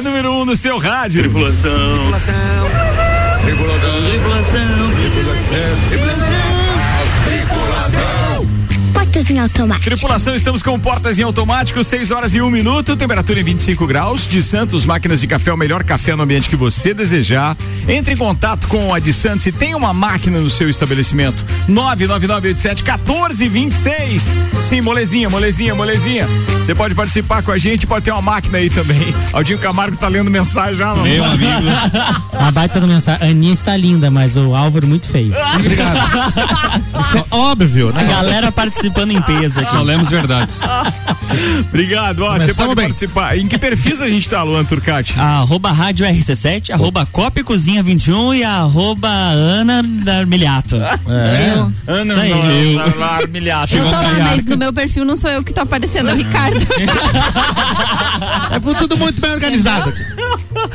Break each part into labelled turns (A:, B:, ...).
A: 1 Ah, no seu rádio.
B: Tripulação.
C: Tripulação.
B: Tripulação.
D: Portas em automático.
A: Tripulação, estamos com portas em automático, 6 horas e 1 minuto, temperatura em 25 graus. De Santos, máquinas de café, o melhor café no ambiente que você desejar. Entre em contato com a de Santos e tem uma máquina no seu estabelecimento. 99987-1426. Sim, molezinha, molezinha, molezinha. Você pode participar com a gente, pode ter uma máquina aí também. Aldinho Camargo tá lendo mensagem já, mano.
E: Meu amigo.
F: A baita do mensagem. A Aninha está linda, mas o Álvaro muito feio.
E: Isso é óbvio.
B: né?
F: A galera participando em peso
E: Só
F: aqui.
E: lemos verdades.
A: Obrigado, ó,
E: Começamos
A: você pode
E: bem.
A: participar. Em que perfis a gente tá, Luan Turcati?
F: Arroba Rádio RC7, arroba Copa e Cozinha 21 e arroba Ana Darmiliato.
G: Eu.
A: É. Ana,
F: Isso aí,
A: Noel,
F: eu.
A: Lar-
G: Eu
A: Milhaço.
G: tô lá, mas no meu perfil não sou eu que tô aparecendo, é o Ricardo.
C: É por tudo muito bem organizado. aqui.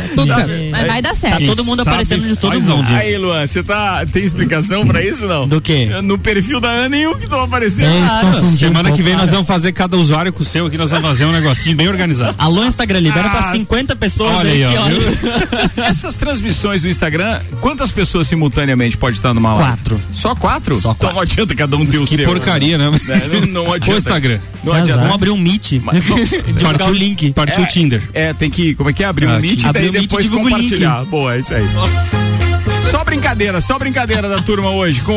C: Tudo certo.
G: Mas vai dar
F: Tá
G: certo.
F: todo mundo
E: sabe
F: aparecendo de todo
E: faz um.
F: mundo.
A: Aí, Luan, você tá, tem explicação pra isso não? É,
F: Do quê?
A: No perfil da Ana e o que estão aparecendo.
F: um
E: Semana que vem nós vamos fazer cada usuário com o seu aqui, nós vamos fazer um negocinho bem organizado. Ah,
F: Alô, Instagram, libera pra 50 pessoas
E: Olha aí,
F: aí,
E: ó,
F: que
E: viu?
A: Essas transmissões do Instagram, quantas pessoas simultaneamente pode estar numa live?
F: Quatro.
A: Só quatro?
F: Só
A: Então não adianta cada um ter o
E: Que
A: seu.
E: porcaria, né?
A: É, não, não adianta.
E: Pô, Instagram.
A: Não adianta.
F: Vamos abrir um meet.
A: Mas- então,
F: Divulgar o link.
E: Partiu o Tinder.
A: É, tem que, como é que é? Abrir
E: Ah,
A: um meet e
F: abrir
A: daí
F: o meet e
A: depois
F: divulga o link.
A: compartilhar. Boa, é isso aí. Só brincadeira, só brincadeira da turma hoje com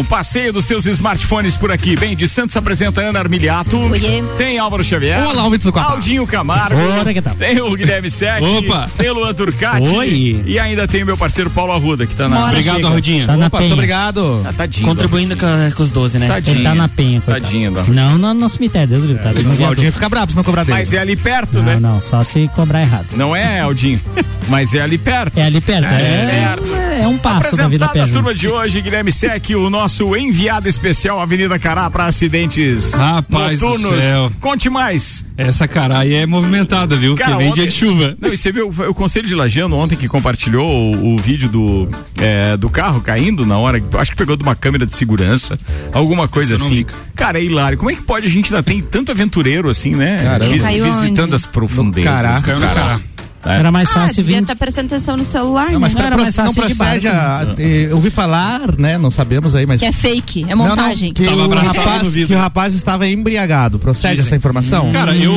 A: o passeio dos seus smartphones por aqui. Bem, de Santos apresenta Ana Armiliato.
G: Oiê.
A: Tem Álvaro Xavier.
C: Olá, ouvintes do Copa.
A: Aldinho Camargo.
F: Ora, é que tá? tal?
A: Tem o Guilherme Sete.
E: Opa.
A: Tem o Luan Turcati.
F: Oi.
A: E ainda tem o meu parceiro Paulo Arruda, que tá na.
F: Mora.
E: Obrigado,
F: chega.
E: Arrudinha.
F: Tá na
C: Opa, muito
F: penha.
C: obrigado.
G: Tá,
A: Ah, tadinho.
F: Contribuindo com, com os 12, né?
A: Tadinho.
F: Ele tá na penha, coitado.
A: Tadinho, Eduardo.
F: Não, não no cemitério, Deus
B: tá?
F: gritado.
C: O Aldinho fica brabo se não cobrar dele.
A: Mas é ali perto,
F: Não,
A: né?
F: não, só se cobrar errado.
A: Não é, Aldinho. Mas é ali perto.
F: É ali perto,
A: É.
F: é, é, um
B: Ah,
F: passo da
A: Apresentada
F: vida
A: a
F: pé junto.
A: turma de hoje, Guilherme Sec, o nosso enviado especial Avenida Cará para acidentes
E: Rapaz do
A: noturnos.
E: céu.
A: Conte mais.
E: Essa caralho é movimentada, viu?
A: Cara,
E: Porque vem
A: ontem-
E: dia de chuva.
A: Não, e você viu o Conselho de Lajano ontem que compartilhou o, o vídeo do, é, do carro caindo na hora, acho que pegou de uma câmera de segurança, alguma coisa
E: Isso eu não
A: assim.
E: vi, cara.
A: Cara, é hilário. Como é que pode a gente ainda tem tanto aventureiro assim, né?
C: Caramba.
G: Ele caiu
A: visitando
G: onde?
A: as profundezas.
C: Cará.
A: do
E: Caiu no
A: Cará.
E: cara.
F: Era mais
G: Ah,
F: fácil
G: devia
F: vir.
G: estar prestando atenção no celular,
C: Não,
G: né?
C: mas
F: Não,
C: pra
F: era
C: pro-
F: mais
C: não
F: fácil de
C: procede a,
F: barco.
C: eh, Eu ouvi falar, né? Não sabemos aí, mas.
G: Que é fake, é
C: Não, não,
G: montagem.
C: que,
E: Tava
C: o
E: abraçado no
C: rapaz,
E: vidro.
C: que o rapaz estava embriagado. Procede
E: Dizem. Hum.
C: essa informação?
E: Cara, eu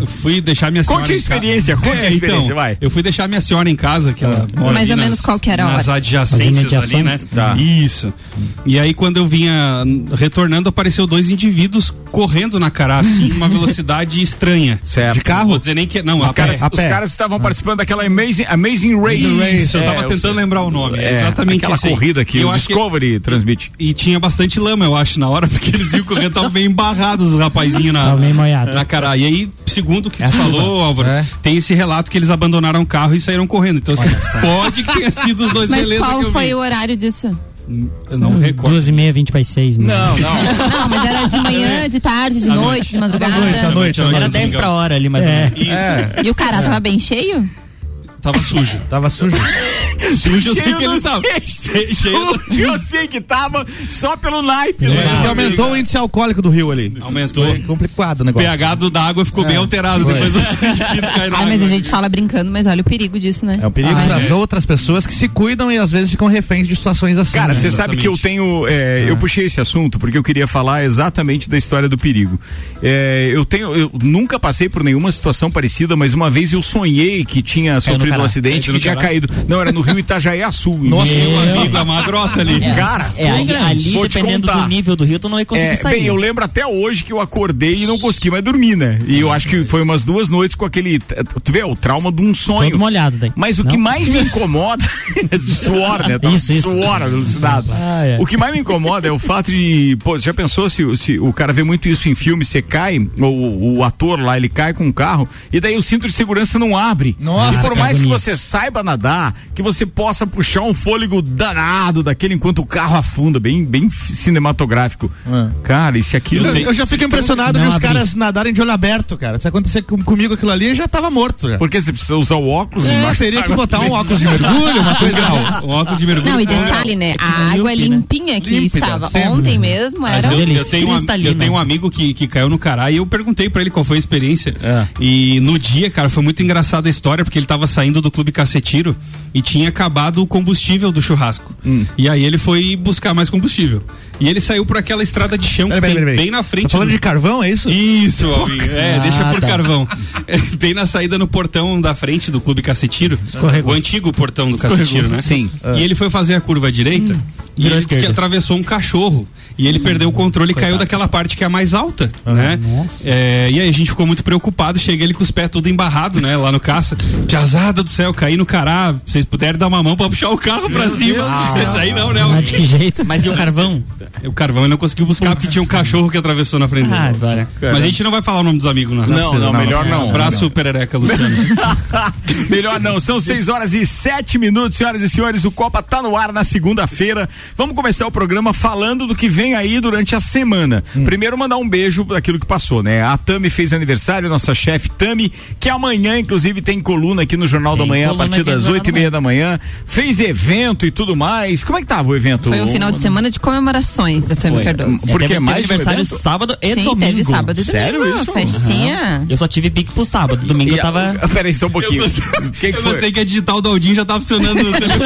E: eu fui deixar minha senhora.
A: Conte a
E: em ca-
A: experiência, conte a
E: então,
A: experiência, vai.
E: Eu fui deixar minha senhora em casa, que ela mora
G: Mais
E: ali
G: ou
E: nas-
G: menos qualquer hora.
E: Nas
F: Nas
E: adjacências
F: imediações.
E: ali, né?
A: Tá.
E: Isso. E aí, quando eu vinha hum, retornando, apareceu dois indivíduos correndo na cara, assim, uma velocidade estranha.
A: Certo.
C: De
E: Não vou
C: carro?
E: dizer nem que. Não,
A: Os
E: a pé.
A: caras,
C: a
A: os
C: pé.
A: caras estavam participando daquela Amazing, amazing Race.
E: Isso, eu
A: É,
E: tava tentando lembrar o nome.
A: É,
E: É, exatamente
A: aquela
E: isso aí.
A: corrida que
E: eu
A: o
E: acho que-
A: Discovery transmite.
E: E tinha bastante lama, eu acho, na hora, porque eles viam correndo, estavam bem embarrados os rapazinhos na,
F: Tava bem molhado.
E: na cara. E aí, segundo o que
F: É a
E: tu
F: chuva.
E: falou, Álvaro,
C: É.
E: tem esse relato que eles abandonaram o carro e saíram correndo. Então, assim, pode que tenha sido os dois
G: Mas
E: beleza que
G: qual
E: eu
G: foi
E: vi.
G: o horário disso?
E: Eu não recordo.
F: Duas e meia, vinte para as seis. mano.
A: não.
G: Não, mas era de manhã, de tarde, de noite, de madrugada.
C: noite, à noite,
A: tá
C: à
F: Era
C: noite.
F: 10 pra hora ali, mas
E: É.
F: é.
E: Isso.
C: É,
G: E o cara tava bem cheio?
E: Tava sujo.
C: tava sujo.
E: Sujo eu sei
A: Cheio
E: que ele
A: dos
E: tava.
A: peixes.
E: Cheio
A: Eu sei que tava só pelo naipe.
C: Mas
A: né?
C: É, que aumentou o índice alcoólico do rio ali.
E: Aumentou.
C: Foi complicado o
E: O
C: negócio. É,
E: pH do, da água ficou bem alterado depois do indivíduo cair na
G: Ai,
E: água.
G: mas a gente fala brincando, mas olha o perigo disso, né?
C: É um perigo
G: Ah,
C: para
G: gente.
C: as outras pessoas que se cuidam e às vezes ficam reféns de situações assim.
A: Cara,
C: né?
A: você sabe que eu tenho. é, Eu puxei esse assunto porque eu queria falar exatamente da história do perigo. É, eu tenho. Eu nunca passei por nenhuma situação parecida, mas uma vez eu sonhei que tinha sofrido um
F: Cará.
A: açu
E: Caiu
A: que
E: no
A: tinha
E: Cará.
A: caído. Não, era no Rio Itajaí Açu.
E: Nossa, meu amigo, a madrota ali.
A: Cara,
F: É, ali,
A: grande.
F: ali,
A: Vou te
F: dependendo
A: contar.
F: do nível do rio, tu não ia conseguir
A: É,
F: sair.
A: bem, eu lembro até hoje que eu acordei e não consegui mais dormir, né? E eu acho que foi umas duas noites com aquele. Tu vê, o trauma de um sonho.
F: Todo molhado daí.
A: Mas o
F: Não?
A: que mais me incomoda é de suor, né? Tava
F: Isso, isso.
A: Suor, alucinado.
F: Ah, é.
A: O que mais me incomoda é o fato de. Pô, você já pensou se, se o cara vê muito isso em filme, você cai, ou o ator lá, ele cai com um carro, e daí o cinto de segurança não abre.
C: Nossa,
A: e por
F: que
A: mais que
F: agonia.
A: você saiba nadar, que você possa puxar um fôlego danado daquele enquanto o carro afunda, bem, bem cinematográfico. Cara, e se aquilo.
C: É. Eu, eu já fico impressionado
F: não
C: que os
F: abri.
C: caras nadarem de olho aberto, cara. Se acontecer com- comigo aquilo ali, eu já tava morto. Já.
A: Porque você precisa usar o óculos
C: É,
A: embaixo
C: teria que
A: d'água.
C: botar um óculos de mergulho, uma coisa.
E: O óculos de mergulho.
G: Não, e detalhe, né? A água é
F: limpe, né?
G: limpinha que
C: Límpida,
G: estava
C: sempre.
G: ontem mesmo,
E: Mas
G: era
E: eu, eu
F: delícia,
E: tenho um, am-
F: cristalina.
E: eu tenho um amigo que, que caiu no
C: É.
E: cará e eu perguntei pra ele qual foi a experiência. E no dia, cara, foi muito engraçada a história, porque ele tava saindo saindo do Clube Cacetiro e tinha acabado o combustível do churrasco.
C: Hum.
E: E aí ele foi buscar mais combustível. E ele saiu por aquela estrada de chão que
C: Peraí,
E: tem
C: peraí, peraí.
E: bem na frente.
C: Tá falando
E: do-
C: de carvão, é isso?
E: Isso, Alvinho. É,
F: Ah,
E: deixa por
F: tá.
E: carvão. É, Bem na saída no portão da frente do Clube Cacetiro. O antigo portão do Cacetiro, né?
A: Sim.
E: E ele foi fazer a curva à direita e
F: Virou Hum, à
E: ele disse que
F: esquerda. Hum,
E: atravessou um cachorro. E ele perdeu o controle e caiu daquela parte que é a mais alta,
F: Ah,
E: né? É, e aí a gente ficou muito preocupado. Cheguei ele com os pés tudo embarrado, né? Lá no caça. Piazada do céu, caí no cará. Vocês puderem dar uma mão pra puxar o carro pra cima. Eu disse, aí não, né?
F: Ah, de que jeito? Mas e o carvão?
E: O carvão ele não conseguiu buscar porque tinha um cachorro que atravessou na frente
F: Ah,
E: dele.
F: olha.
E: Mas a gente não vai falar o nome dos amigos, né?
A: Não, não, melhor não.
E: Abraço, perereca, Luciano.
A: Melhor não, são 6 horas e 7 minutos, senhoras e senhores. O Copa tá no ar na segunda-feira. Vamos começar o programa falando do que vem aí durante a semana.
F: Hum.
A: Primeiro, mandar um beijo daquilo que passou, né? A Tami fez aniversário, nossa chefe Tami, que amanhã, inclusive, tem coluna aqui no Jornal da
F: Tem
A: Manhã, a
F: coluna
A: partir
F: aqui no
A: das
F: Jornal
A: 8 e
F: da
A: meia da manhã. Fez evento e tudo mais. Como é que tava o evento?
G: Foi um final de semana de comemorações da Femme Cardoso.
A: Porque
F: Teve
A: é mais de um
F: aniversário
A: evento?
F: sábado e
G: Sim,
F: domingo.
G: teve sábado e domingo.
A: Sério isso?
G: Festinha.
F: Eu só tive pique pro sábado. Domingo
A: E
F: eu tava.
A: a- Peraí, só um pouquinho. O que, que
E: Eu
A: foi?
E: gostei que a digital do Aldinho já tá funcionando no telefone.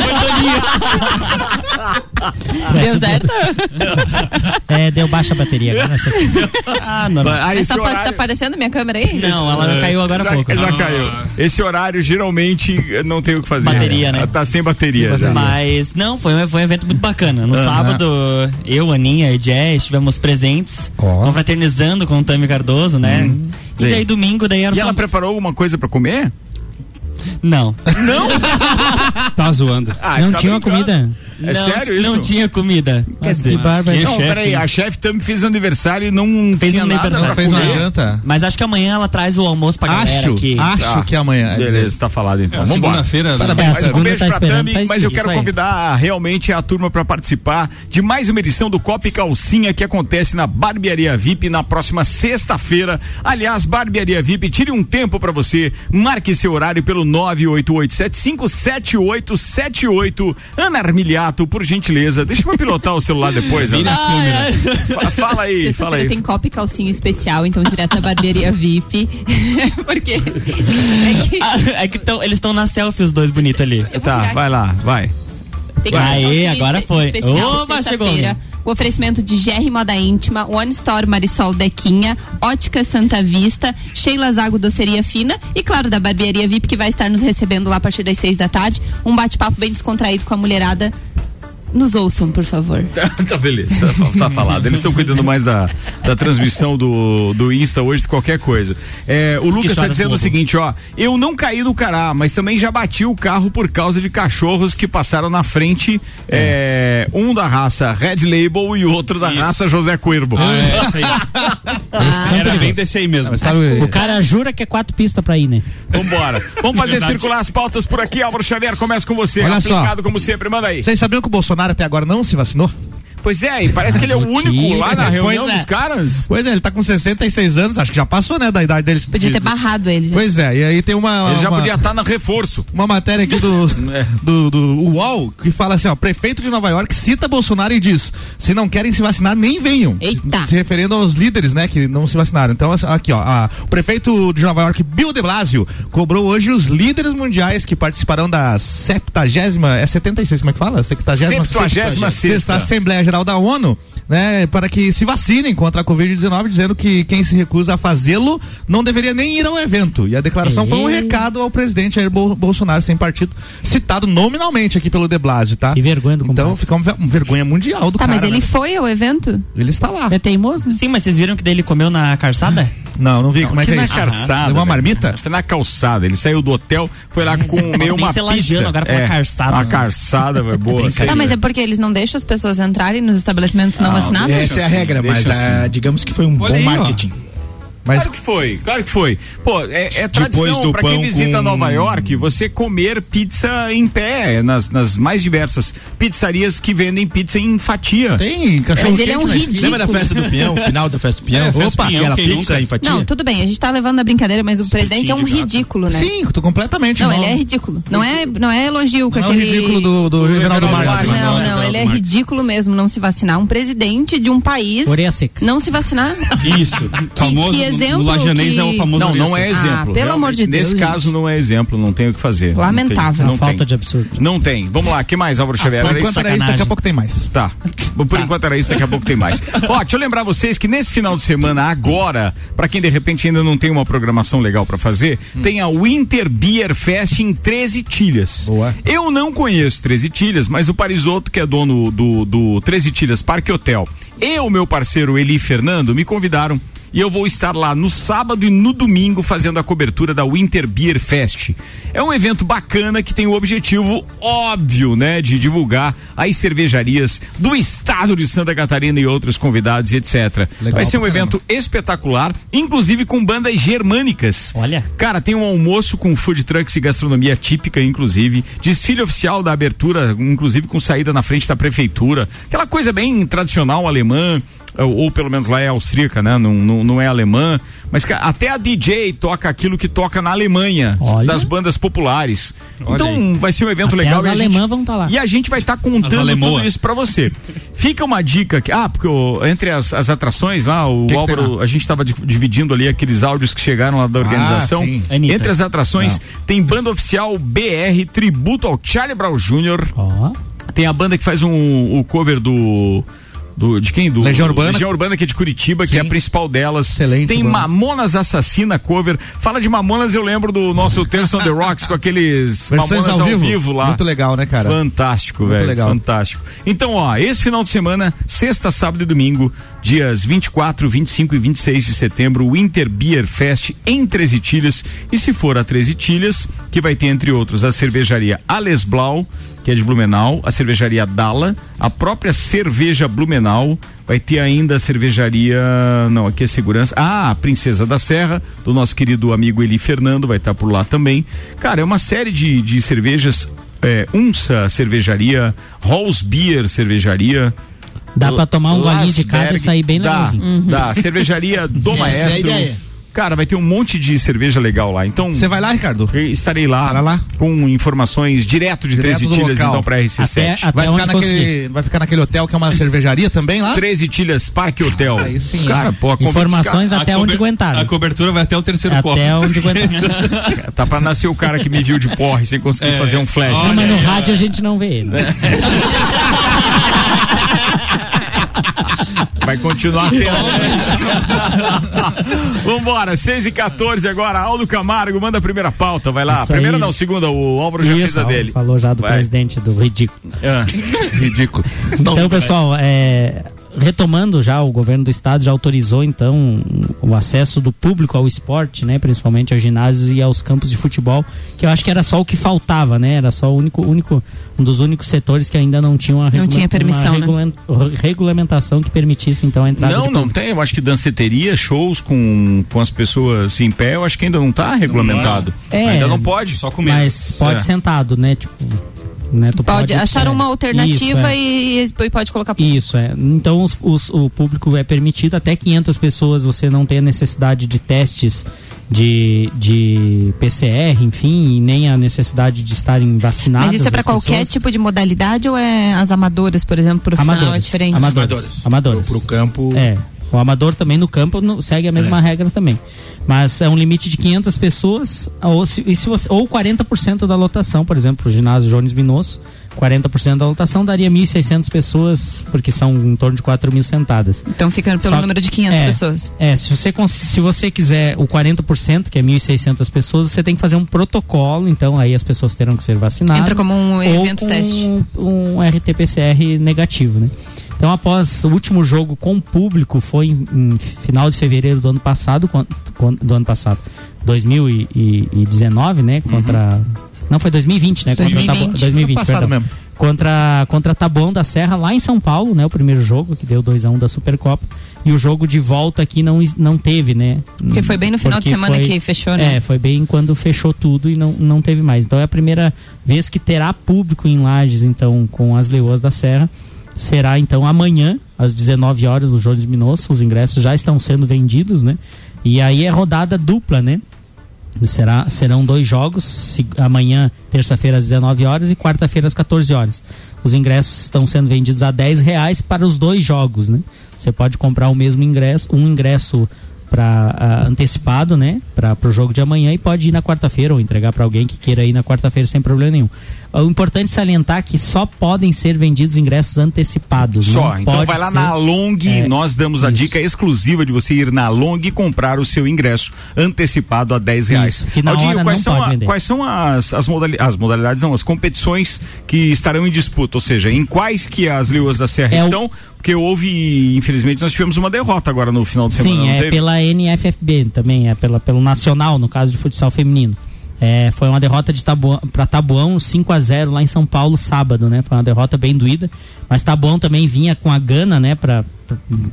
G: Deu certo?
B: É, deu baixa a bateria agora. essa-
F: Ah, não.
A: Ah,
G: Mas
A: esse
G: tá, pa- tá
A: horário-
G: aparecendo minha câmera aí?
F: Não,
A: É.
F: ela caiu agora há
A: já,
F: pouco.
A: já caiu. Esse horário geralmente eh, não tem o que fazer.
F: Bateria, né?
A: Tá sem bateria já.
F: Mas não, foi um, foi um evento muito bacana. No sábado, eu, Aninha e Jess tivemos presentes, confraternizando com o Tami Cardoso, né? E
A: Hum, Sim.
F: daí domingo, daí era
A: E
F: só-
A: ela preparou alguma coisa pra comer?
F: Não.
E: Tá zoando.
A: Ah,
B: não
A: você tá
B: tinha uma
A: brincando?
B: comida.
A: É
F: não,
A: sério
F: t-
A: isso?
F: Não tinha comida. Quer
B: Mas
F: dizer,
B: que barba.
A: Não,
E: chefe.
A: peraí, a chefe também fez aniversário e não
F: Fez
A: tinha
F: um
A: nada
F: aniversário.
A: pra
C: Fez uma
A: comer.
C: janta?
F: mas acho que amanhã ela traz o almoço pra galera
C: Acho,
F: aqui.
A: Tá.
C: acho que amanhã. é dizer,
A: Beleza, tá falado então.
E: É,
A: Vambora.
E: Segunda-feira. né?
B: É, a
A: Mas um
B: segunda
A: beijo
B: tá
A: pra
B: esperando.
A: Tami,
B: faz
A: mas eu
B: isso.
A: quero
F: aí.
A: convidar realmente a turma para participar de mais uma edição do Copa e Calcinha que acontece na Barbearia VIP na próxima sexta-feira. Aliás, Barbearia VIP, tire um tempo para você, marque seu horário pelo 988757878. Ana Armiliato, por gentileza, deixa eu pilotar o celular depois,
E: Vira
A: Ana.
E: a câmera.
A: Fa- Fala aí, fala
G: Sexta-feira
A: aí.
G: tem copa e calcinha especial, então direto na barbearia VIP. Porque é que
F: Ah, é que tão, eles estão na selfie, os dois bonitos ali.
G: Eu vou
A: Tá,
G: virar
A: vai lá, vai.
G: Tem que
F: Aê,
G: ter um
F: agora
G: espe-
F: foi.
G: especial
F: Oba,
G: sexta-feira.
F: chegou.
G: O oferecimento de GR Moda Íntima, One Store Marisol Dequinha, Ótica Santa Vista, Sheila Zago Doceria Fina e, claro, da Barbearia VIP, que vai estar nos recebendo lá a partir das seis da tarde. Um bate-papo bem descontraído com a mulherada. Nos ouçam, por favor.
A: Tá, tá beleza, tá, fa- tá falado. Eles estão cuidando mais da, da transmissão do, do Insta hoje de qualquer coisa. É, o Lucas tá
F: choras,
A: dizendo o
F: bobo?
A: seguinte, ó. Eu não caí no cará, mas também já bati o carro por causa de cachorros que passaram na frente. é, um da raça Red Label e outro da raça José Coirbo.
E: Ah, é, isso aí.
B: é.
E: Era bem desse aí mesmo.
C: mas sabe-
B: Ah. O cara jura que é quatro pistas pra ir, né?
A: Vambora. Vamos fazer
E: Verdade.
A: circular as pautas por aqui. Álvaro Xavier, começa com você.
C: Olha só.
A: Aplicado como sempre, manda aí.
C: Vocês sabiam que o Bolsonaro até agora não se vacinou?
A: Pois é, e parece que ele é o único lá na
B: Pois
A: reunião
C: é.
A: dos caras.
C: Pois é, ele tá com 66 anos, acho que já passou, né, da idade dele.
G: Podia ter
C: De-
G: barrado ele. Já.
C: Pois é, e aí tem uma.
A: Ele já
C: uma...
A: podia estar na reforço. É.
C: uma matéria aqui do, do, do UOL que fala assim, ó, prefeito de Nova York cita Bolsonaro e diz, se não querem se vacinar, nem venham.
G: Eita.
C: Se, se referindo aos líderes, né, que não se vacinaram. Então, assim, aqui, ó, a- o prefeito de Nova York, Bill de Blasio, cobrou hoje os líderes mundiais que participarão da 70 é 76, como é que fala? 70
A: 76ª.
C: Sexta Assembleia Geral da ONU, né, para que se vacinem contra a Covid-19, dizendo que quem se recusa a fazê-lo não deveria nem ir ao evento. E a declaração foi um
B: Ei.
C: recado ao presidente Jair Bol- Bolsonaro, sem partido, citado nominalmente aqui pelo De Blasio, tá?
B: Que vergonha do
C: Então
B: compadre.
C: fica uma ver- uma vergonha mundial do
G: Tá,
C: cara.
G: mas ele
C: né?
G: foi ao evento?
C: Ele está lá.
B: É teimoso, Ah. né?
F: Sim, mas vocês viram que daí ele comeu na calçada?
A: Ah,
C: Não, não vi como é que,
A: que
C: é
A: na
C: isso.
A: calçada,
C: Deu uma
A: velho.
C: marmita?
A: Foi na calçada. Ele saiu do hotel, foi lá comer
F: nem
A: uma
F: ser
A: pizza.
F: lajano, agora foi uma calçada,
A: Uma
F: né?
A: calçada, Ah, velho, boa.
G: Tá, mas é porque eles não deixam as pessoas entrarem nos estabelecimentos
C: Ah,
G: não vacinados?
D: Essa é a regra,
A: Deixa
D: mas
A: assim.
D: ah, digamos que foi um
E: Olha
D: bom
E: aí, ó.
D: marketing.
C: Mas
A: Claro que foi, claro que foi. Pô, é, é tradição
D: do
A: pra quem
D: pão
A: visita
D: com-
A: Nova York você comer pizza em pé nas, nas mais diversas pizzarias que vendem pizza em fatia.
C: tem cachorro
G: Mas ele é um ridículo.
D: Lembra da festa
A: né?
D: do peão, o final da festa do peão?
E: É, festa
D: Opa,
E: do peão,
D: aquela
E: quem
D: pizza
E: nunca?
D: em fatia?
G: Não, tudo bem, a gente tá levando a brincadeira, mas o presidente é um
E: de gato.
G: ridículo, né?
C: Sim, tô completamente
G: Não,
C: mal.
G: ele é ridículo. Não é, não é elogio com
C: Não é o
G: aquele.
C: ridículo do, do Everaldo Marques.
G: Não, não,
E: Não, não,
G: ele é
E: Marcos.
G: ridículo mesmo não se vacinar. Um presidente de um país
F: assim,
B: Orelha seca.
G: não se vacinar.
E: Isso.
G: Que,
E: Famoso
G: que exemplo
E: O Lajanês
G: que-
E: é o famoso
A: Não, não
E: Wilson.
A: é exemplo.
G: Ah, pelo amor de
A: Realmente, Nesse
G: Deus,
A: caso não é exemplo, não tem o que fazer. Não tem-
G: Lamentável.
B: Uma
A: Não
B: falta
A: tem.
B: de absurdo.
A: Não tem. Vamos lá, que mais, Álvaro Xavier?
C: Ah, Por
A: Era
C: enquanto
A: isso?
C: era isso, daqui a
B: sacanagem.
C: pouco tem mais.
A: Tá. Bom, Por enquanto era isso, daqui a pouco tem mais. Ó, deixa eu lembrar vocês que nesse final de semana, agora, pra quem de repente ainda não tem uma programação legal pra fazer,
C: Hum.
A: tem a Winter Beer Fest em 13 Tilhas.
C: Boa.
A: Eu não conheço 13 Tilhas, mas o Parisotto, que é dono do, do 13 Tilhas Parque Hotel, e o meu parceiro Eli Fernando me convidaram. E eu vou estar lá no sábado e no domingo fazendo a cobertura da Winter Beer Fest. É um evento bacana que tem o objetivo óbvio, né, de divulgar as cervejarias do estado de Santa Catarina e outros convidados, e etc. Vai ser um evento espetacular, inclusive com bandas germânicas.
F: Olha.
A: Cara, tem um almoço com food trucks e gastronomia típica, inclusive. Desfile oficial da abertura, inclusive com saída na frente da prefeitura. Aquela coisa bem tradicional alemã, ou, ou pelo menos lá é austríaca, né? Não, não, não é alemã. Mas cara, até a DJ toca aquilo que toca na Alemanha,
B: Olha.
A: das bandas populares.
E: Olha
A: então vai ser um evento
B: Até
A: legal.
B: as
A: e a gente-
B: alemãs vão tá lá.
A: E a gente vai estar
E: As
A: contando
E: alemoas.
A: tudo isso pra você. Fica uma dica que, ah, porque o- entre as, as atrações lá, o
C: que tem Ah,
A: Álvaro, a gente estava dividindo ali aqueles áudios que chegaram lá da organização.
C: sim.
F: Anitta.
A: Entre as atrações tem banda oficial BR tributo ao Charlie Brown Jr.
B: Ó.
A: Tem a banda que faz um o cover do do, de quem? Do,
C: Legião
A: do-
C: Urbana.
A: Legião Urbana, que é de Curitiba, que
C: Sim.
A: é a principal delas.
C: Excelente
A: Tem
C: banda.
A: Mamonas Assassina cover. Fala de Mamonas, eu lembro do nosso Terço on the Rocks com aqueles
C: Versões
A: Mamonas
C: ao
A: ao vivo.
C: vivo.
A: lá.
C: Muito legal, né, cara?
A: Fantástico,
C: Muito
A: velho.
C: legal.
A: Fantástico. Então, ó, esse final de semana, sexta, sábado e domingo, dias 24, 25 e 26 de setembro, o Inter Beer Fest em 13 Tilhas. E se for a 13 Tilhas, que vai ter, entre outros, a cervejaria Ales Blau, que é de Blumenau, a cervejaria Dala, a própria cerveja Blumenau, vai ter ainda a cervejaria. Não, aqui é segurança. Ah, a Princesa da Serra, do nosso querido amigo Eli Fernando, vai estar por lá também. Cara, é uma série de, de cervejas é, Unsa Cervejaria, Halls Beer Cervejaria.
B: Dá pra tomar um golinho de cada e
A: Lasberg.
B: sair bem
A: dá,
B: legalzinho.
A: Dá, Cervejaria do
D: Essa é a
A: Maestro.
D: ideia.
A: Cara, vai ter um monte de cerveja legal lá. Então,
C: Você vai lá, Ricardo?
A: eu estarei lá,
C: Estará lá?
A: com informações direto de
C: Direto
A: 13
C: do
A: tilhas
C: local.
A: então pra
B: Até,
A: RC7.
B: até
C: Vai
B: onde
C: ficar,
B: conseguir.
C: naquele, vai ficar naquele hotel que é uma cervejaria também lá?
A: 13 tilhas Parque Hotel.
C: Aí sim,
A: Cara,
C: hein?
A: pô, a convite-
B: Informações até
E: A
B: onde
E: cober-
B: aguentar.
E: A cobertura vai até o terceiro copo.
B: Até onde aguentar.
A: cara, tá pra nascer o cara que me viu de porre sem conseguir
E: É.
A: fazer um flash.
E: Olha
B: Não, mas no
E: aí,
B: rádio a gente não vê ele.
A: Vai continuar tendo. né? Vambora, 6 e 14 agora. Aldo Camargo, manda a primeira pauta, vai lá.
B: Isso aí.
A: primeira não, segunda, o Álvaro já fez
B: Isso,
A: a dele.
B: Falou já do
A: Vai.
B: presidente do ridículo.
A: Ah,
C: Ridículo.
B: Então, pessoal, é, retomando já, o governo do estado já autorizou, então, o acesso do público ao esporte, né? Principalmente aos ginásios e aos campos de futebol, que eu acho que era só o que faltava, né? Era só o único, único um dos únicos setores que ainda não tinha uma, regula-
G: tinha permissão, né?
B: uma regula- regulamentação que permitisse, então, a entrada
A: Não,
B: de
A: não tem. Eu acho que danceteria, shows com, com as pessoas em pé, eu acho que ainda não tá regulamentado.
B: É.
A: ainda não pode.
E: Só com medo.
B: Mas pode
A: É.
B: sentado, né? Tipo, né? Tu
G: Pode, achar
B: é,
G: uma
B: isso,
G: alternativa
B: é.
G: e, e pode colocar
B: Isso, é. Então os- os- o público é permitido até 500 pessoas, você não tem a necessidade de testes de, de PCR, enfim, e nem a necessidade de estarem vacinadas.
G: Mas isso é pra
B: as
G: qualquer
B: pessoas.
G: tipo de modalidade ou é as amadoras, por exemplo, profissional é
B: Amadores,
G: diferente?
B: Amadores. Amadores.
D: Pro, pro campo. É.
B: É. O amador também no campo no- segue a mesma regra também. Mas é um limite de 500 pessoas ou, se, e se você, ou 40% da lotação, por exemplo, o ginásio Jones Minosso, 40% da lotação daria 1.600 pessoas, porque são em torno de 4 mil sentadas.
G: Então ficando pelo
B: Só-
G: número de 500
B: é.
G: pessoas.
B: É, se você, cons- se você quiser o 40%, que é 1.600 pessoas, você tem que fazer um protocolo, então aí as pessoas terão que ser vacinadas.
G: Entra como um
B: ou
G: evento
B: com
G: teste.
B: Um RT-PCR negativo, né? Então, após o último jogo com o público, foi em, em final de fevereiro do ano passado, quan- quan- do ano passado, 2019, né? Contra. Não, foi 2020, né? Contra
G: 2020,
B: Tabo- 2020
C: ano passado
B: perdão.
C: mesmo.
B: Contra, contra Taboão da Serra, lá em São Paulo, né? O primeiro jogo, que deu 2x1 da Supercopa. E o jogo de volta aqui não, is- não teve, né?
G: Porque foi bem no final de
B: Porque
G: semana
B: foi-
G: que fechou, né?
B: É, foi bem quando fechou tudo e não, não teve mais. Então é a primeira vez que terá público em Lages, então, com as Leoas da Serra. Será, então, amanhã, às 19 horas, no Jones Minosso. Os ingressos já estão sendo vendidos, né? E aí é rodada dupla, né? Será, serão dois jogos, se- amanhã, terça-feira às 19 horas e quarta-feira às 14 horas. Os ingressos estão sendo vendidos a 10 reais para os dois jogos, né? Você pode comprar o mesmo ingresso, um ingresso para antecipado, né, para o jogo de amanhã e pode ir na quarta-feira ou entregar para alguém que queira ir na quarta-feira sem problema nenhum. O importante é salientar que só podem ser vendidos ingressos antecipados.
A: Só,
B: não
A: então
B: pode
A: vai lá
B: ser-
A: na Long,
B: é,
A: nós damos a
B: isso.
A: dica exclusiva de você ir na Long e comprar o seu ingresso antecipado a 10 reais.
B: Isso, que na hora
A: quais,
B: não
A: são
B: pode
A: a-
B: vender.
A: quais são as, as, modali- as modalidades, não, as competições que estarão em disputa, ou seja, em quais que as Leoas da Serra
B: É o-
A: estão, porque houve, infelizmente, nós tivemos uma derrota agora no final de semana.
B: Sim,
A: não
B: é
A: teve?
B: pela NFFB também, é pela, pelo Nacional, no caso de futsal feminino. É, foi uma derrota de Tabuão, pra Tabuão 5 a 0 lá em São Paulo sábado, né? Foi uma derrota bem doída. Mas Tabuão também vinha com a gana, né, pra,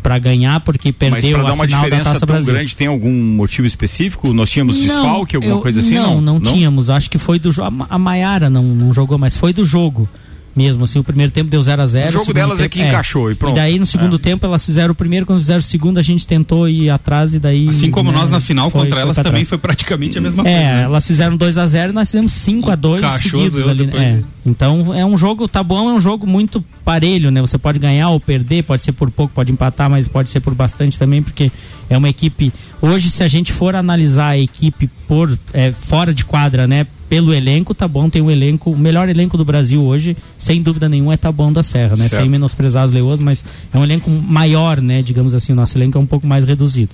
B: pra ganhar, porque
A: Mas
B: perdeu
A: para dar
B: a
A: uma
B: final da
A: diferença
B: Taça
A: tão
B: Brasil.
A: grande, tem algum motivo específico? Nós tínhamos desfalque, alguma
B: eu-
A: coisa assim?
B: Não, não, tínhamos. Acho que foi do jogo. A, Ma- a Maiara não, não jogou, mas foi do jogo mesmo. Assim, o primeiro tempo deu 0 a 0
A: O jogo
B: segundo
A: delas é
B: tempo-
A: que encaixou e pronto. É.
B: E daí no segundo tempo elas fizeram o primeiro, quando fizeram o segundo a gente tentou ir atrás e daí.
E: Assim como
B: né,
E: nós na final
B: foi-
E: contra
B: foi
E: elas
B: pra
E: também
B: trás.
E: foi praticamente a mesma coisa.
B: É,
E: né?
B: elas fizeram 2 a 0 e nós fizemos 5 a 2
E: Encaixou os
B: seguidos
E: dedos
B: ali.
E: depois,
B: né? É.
E: né?
B: Então é um jogo, o Tabuão é um jogo muito parelho, né? Você pode ganhar ou perder, pode ser por pouco, pode empatar, mas pode ser por bastante também, porque é uma equipe. Hoje, se a gente for analisar a equipe por é, fora de quadra, né? Pelo elenco, o Tabuão tem um elenco, o melhor elenco do Brasil hoje, sem dúvida nenhuma, é Tabuão da Serra, né?
A: Certo.
B: Sem menosprezar as leoas, mas é um elenco maior, né? Digamos assim, o nosso elenco é um pouco mais reduzido.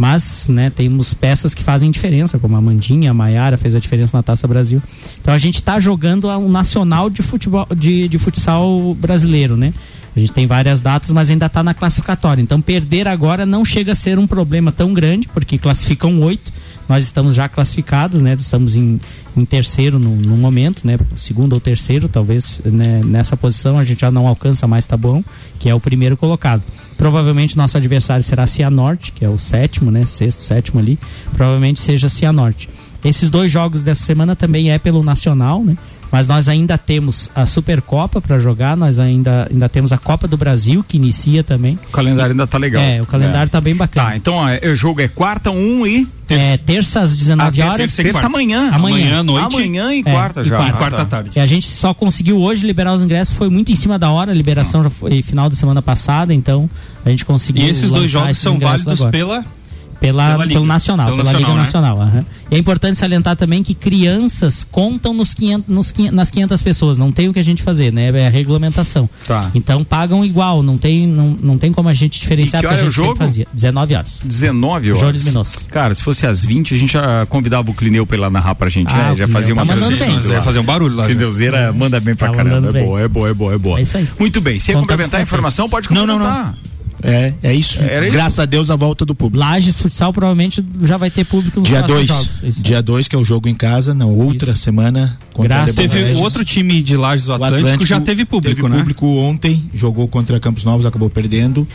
B: Mas, né, temos peças que fazem diferença, como a Mandinha, a Maiara fez a diferença na Taça Brasil. Então a gente está jogando a- um nacional de futebol de, de futsal brasileiro, né? A gente tem várias datas, mas ainda está na classificatória. Então perder agora não chega a ser um problema tão grande, porque classificam oito. Nós estamos já classificados, né? Estamos em, em terceiro no, no momento, né? Segundo ou terceiro, talvez né? nessa posição a gente já não alcança mais Tabuão, que é o primeiro colocado. Provavelmente nosso adversário será Cianorte, que é o sétimo, né? Sexto, sétimo ali. Provavelmente seja Cianorte. Esses dois jogos dessa semana também é pelo Nacional, né? Mas nós ainda temos a Supercopa para jogar, nós ainda, ainda temos a Copa do Brasil que inicia também.
A: O calendário ainda tá legal.
B: É, o calendário tá bem bacana.
A: Tá, então ó, é- o jogo é quarta, um e.
B: É, terça às
A: Ah,
B: 19
A: terça-
B: horas.
A: terça, amanhã.
B: Amanhã.
E: Amanhã à noite.
A: Amanhã e
B: É,
A: quarta
B: e
A: já.
B: quarta.
A: Ah,
E: Quarta à
A: tá.
E: tarde.
B: E a gente só conseguiu hoje liberar os ingressos, foi muito em cima da hora, a liberação já foi final da semana passada, então a gente conseguiu.
E: E esses dois
B: lançar
E: jogos
B: esses
E: são
B: ingressos
E: válidos
B: agora.
E: pela.
B: Pela,
E: Pela Liga.
B: pelo Nacional,
E: Pelo
B: pela
F: né?
B: Liga
E: Nacional,
B: Nacional. aham. E é importante salientar também que crianças contam nos 500, nos 500 nas 500 pessoas, não tem o que a gente fazer, né? É a regulamentação.
A: Tá.
B: Então pagam igual, não tem, não, não tem como a gente
A: E
B: diferenciar
A: que
B: porque
A: hora é
B: a
A: o
B: gente sempre
A: jogo?
B: fazia. 19 horas.
A: 19 horas.
B: Jones Minosso.
A: Cara, se fosse às 20, a gente já convidava o Clineu pra ir lá narrar pra gente,
B: Ah,
A: né?
B: o
A: Já
B: Clineu
A: fazia
B: tá
A: uma
B: mandando
A: transmissão
B: bem.
A: do
E: Vai
A: ar.
E: fazer um barulho lá. né? já.
A: Entendeuzeira manda bem pra
B: Tá
A: caramba.
B: mandando
A: É
B: bem.
A: boa, é boa, é boa, é boa.
B: É isso aí.
A: Muito bem. Se
B: Contamos
A: complementar a
B: com vocês.
A: informação, pode
D: Não,
A: complementar.
D: não, É, é isso.
A: Era isso?
D: Graças a Deus a volta do público.
B: Lages Futsal provavelmente já vai ter público nos
D: Dia
B: próximos
D: 2.
B: jogos. Isso.
D: Dia 2, que é o jogo em casa, não, outra
B: Isso.
D: semana contra
B: Graças
D: a
B: a Deus.
E: Teve
D: Leges.
E: outro time de Lages do
D: O
E: Atlântico, já teve público,
D: teve
E: né?
D: público ontem, jogou contra Campos Novos, acabou perdendo,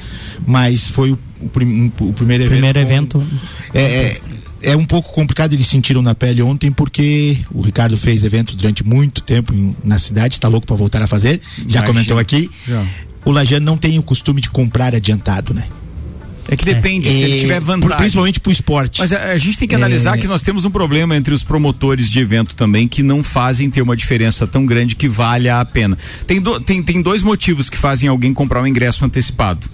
D: mas foi o, o prim- um, o primeiro evento.
B: Primeiro
D: com-
B: evento.
D: É, é, é um pouco complicado, eles sentiram na pele ontem, porque o Ricardo fez evento durante muito tempo em- na cidade, está louco para voltar a fazer, já
A: Imagina.
D: comentou aqui.
A: Já.
D: O Lajano não tem o costume de comprar adiantado, né?
A: É que depende, se ele
D: E-
A: tiver
D: por-
A: vantagem.
D: Principalmente pro esporte.
A: Mas a, a gente tem que analisar
D: É.
A: que nós temos um problema entre os promotores de evento também que não fazem ter uma diferença tão grande que valha a pena. Tem, do- tem, tem dois motivos que fazem alguém comprar um ingresso antecipado.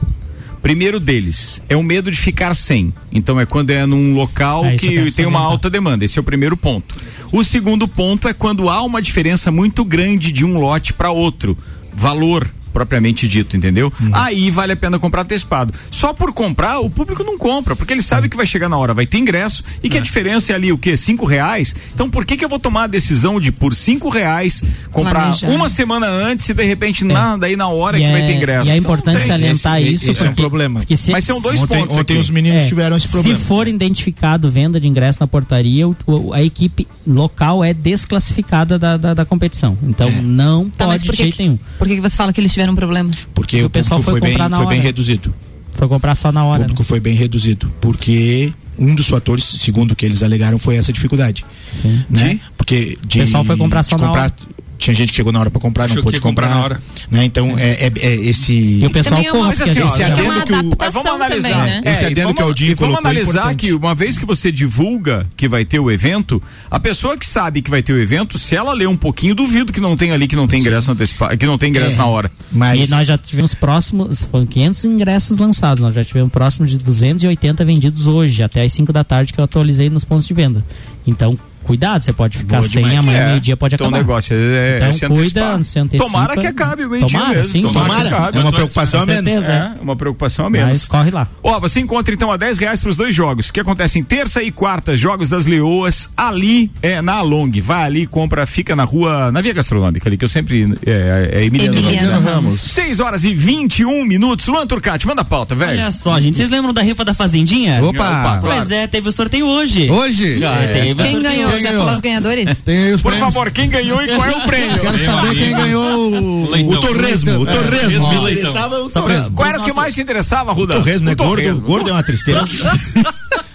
A: Primeiro deles é o medo de ficar sem. Então é quando é num local
B: É, isso eu
A: que
B: quero
A: tem uma
B: salientar.
A: alta demanda. Esse é o primeiro ponto. O segundo ponto é quando há uma diferença muito grande de um lote para outro. Valor propriamente dito, entendeu? Aí vale a pena comprar antecipado. Só por comprar, o público não compra, porque ele sabe que vai chegar na hora, vai ter ingresso e que a diferença é ali o quê? Cinco reais? Então por que que eu vou tomar a decisão de por cinco reais comprar
G: Planejar.
A: uma semana antes e de repente nada aí na hora
B: É. E
A: que
B: é,
A: vai ter ingresso?
B: e
A: Então,
B: é importante
A: não tem.
B: salientar
D: esse-
B: isso.
D: esse é um
B: porque-
D: problema.
B: porque se-
A: Mas são dois
D: ontem,
A: pontos
D: ontem
A: aqui.
D: os meninos
B: É,
D: tiveram esse problema.
B: Se for identificado venda de ingresso na portaria, o- o- a equipe local é desclassificada da, da, da competição. Então
D: É.
B: não
G: Tá, mas
B: pode
G: por
B: de
G: que,
B: jeito nenhum.
G: que, por que que você fala que eles tiveram um problema?
D: Porque
B: E
D: o,
B: o pessoal
D: público
B: foi
D: foi, bem,
B: comprar na
D: foi bem
B: hora.
D: reduzido.
B: Foi comprar só na
D: O
B: hora. né?
D: público foi bem reduzido. Porque um dos fatores, segundo o que eles alegaram, foi essa dificuldade.
B: né? Sim.
D: né? Porque de,
B: O pessoal foi comprar
D: de
B: só na hora.
D: Tinha gente que chegou na hora pra comprar,
E: Achou
D: não
E: que
D: pôde
E: ia comprar
D: comprar.
E: na hora.
D: Né? Então, é, é- é esse.
B: E o pessoal
G: Também é uma-
B: corra,
G: mas
B: porque
A: assim,
B: às
A: ó,
B: vezes-
D: esse
G: É uma
D: adendo que
A: Mas
D: o-
A: Ah, vamos
G: adaptação
A: analisar.
G: também, né?
D: Esse é
A: e
D: adendo
A: É, vamos-
D: que o Aldinho
A: e vamos
D: colocou é
A: analisar
D: importante.
A: que uma vez que você divulga que vai ter o evento, a pessoa que sabe que vai ter o evento, se ela ler um pouquinho, duvido que não tem ali que não tem ingresso antecipado, que não tem ingresso
D: É.
A: na hora.
D: Mas,
B: E nós já tivemos próximos, foram 500 ingressos lançados, nós já tivemos próximo de 280 vendidos hoje, até as 5 da tarde que eu atualizei nos pontos de venda. Então, cuidado, você pode ficar
D: Boa
B: sem,
D: demais.
B: amanhã
A: É.
B: meio-dia pode
A: então
B: acabar.
A: o negócio é, é
B: Então
A: se
B: cuida,
A: antecipar.
B: se antecipa.
A: Tomara que acabe o meio-dia
B: Tomara,
A: mesmo.
B: sim,
A: que
D: tomara,
A: acabe.
D: é uma
E: Quanto
D: preocupação a
B: Com
D: menos.
B: certeza, é.
A: É, uma preocupação a menos.
B: Mas corre lá.
A: Ó, você encontra então a 10 reais pros dois jogos, que acontecem terça e quarta, Jogos das Leoas, ali, é, na Long. Vai ali, compra, fica na rua, na Via Gastronômica ali, que eu sempre, é, é Emiliano,
G: Emiliano
A: Ramos.
G: Ramos.
A: 6 horas e 21 minutos, Luan Turcati, manda a pauta, velho.
F: Olha só, gente, vocês lembram da rifa da Fazendinha?
C: Opa!
A: claro. É.
F: Pois é, teve o sorteio hoje.
C: Hoje?
F: Ah, teve o
G: É. Quem
F: sorteio
G: ganhou?
F: hoje.
G: Já
C: ganhou?
G: falou os ganhadores?
F: um
C: Tem aí os
A: Por
C: prêmios.
A: favor, quem ganhou e qual é o prêmio?
C: Quero saber quem ganhou o-
E: Leitão.
D: O torresmo, o
C: É,
D: torresmo.
E: torresmo e leitão.
D: Só pra-
A: um Qual era o que mais te interessava, Ruda?
D: Torresmo, né?
A: O torresmo.
D: Gordo, gordo é uma tristeza.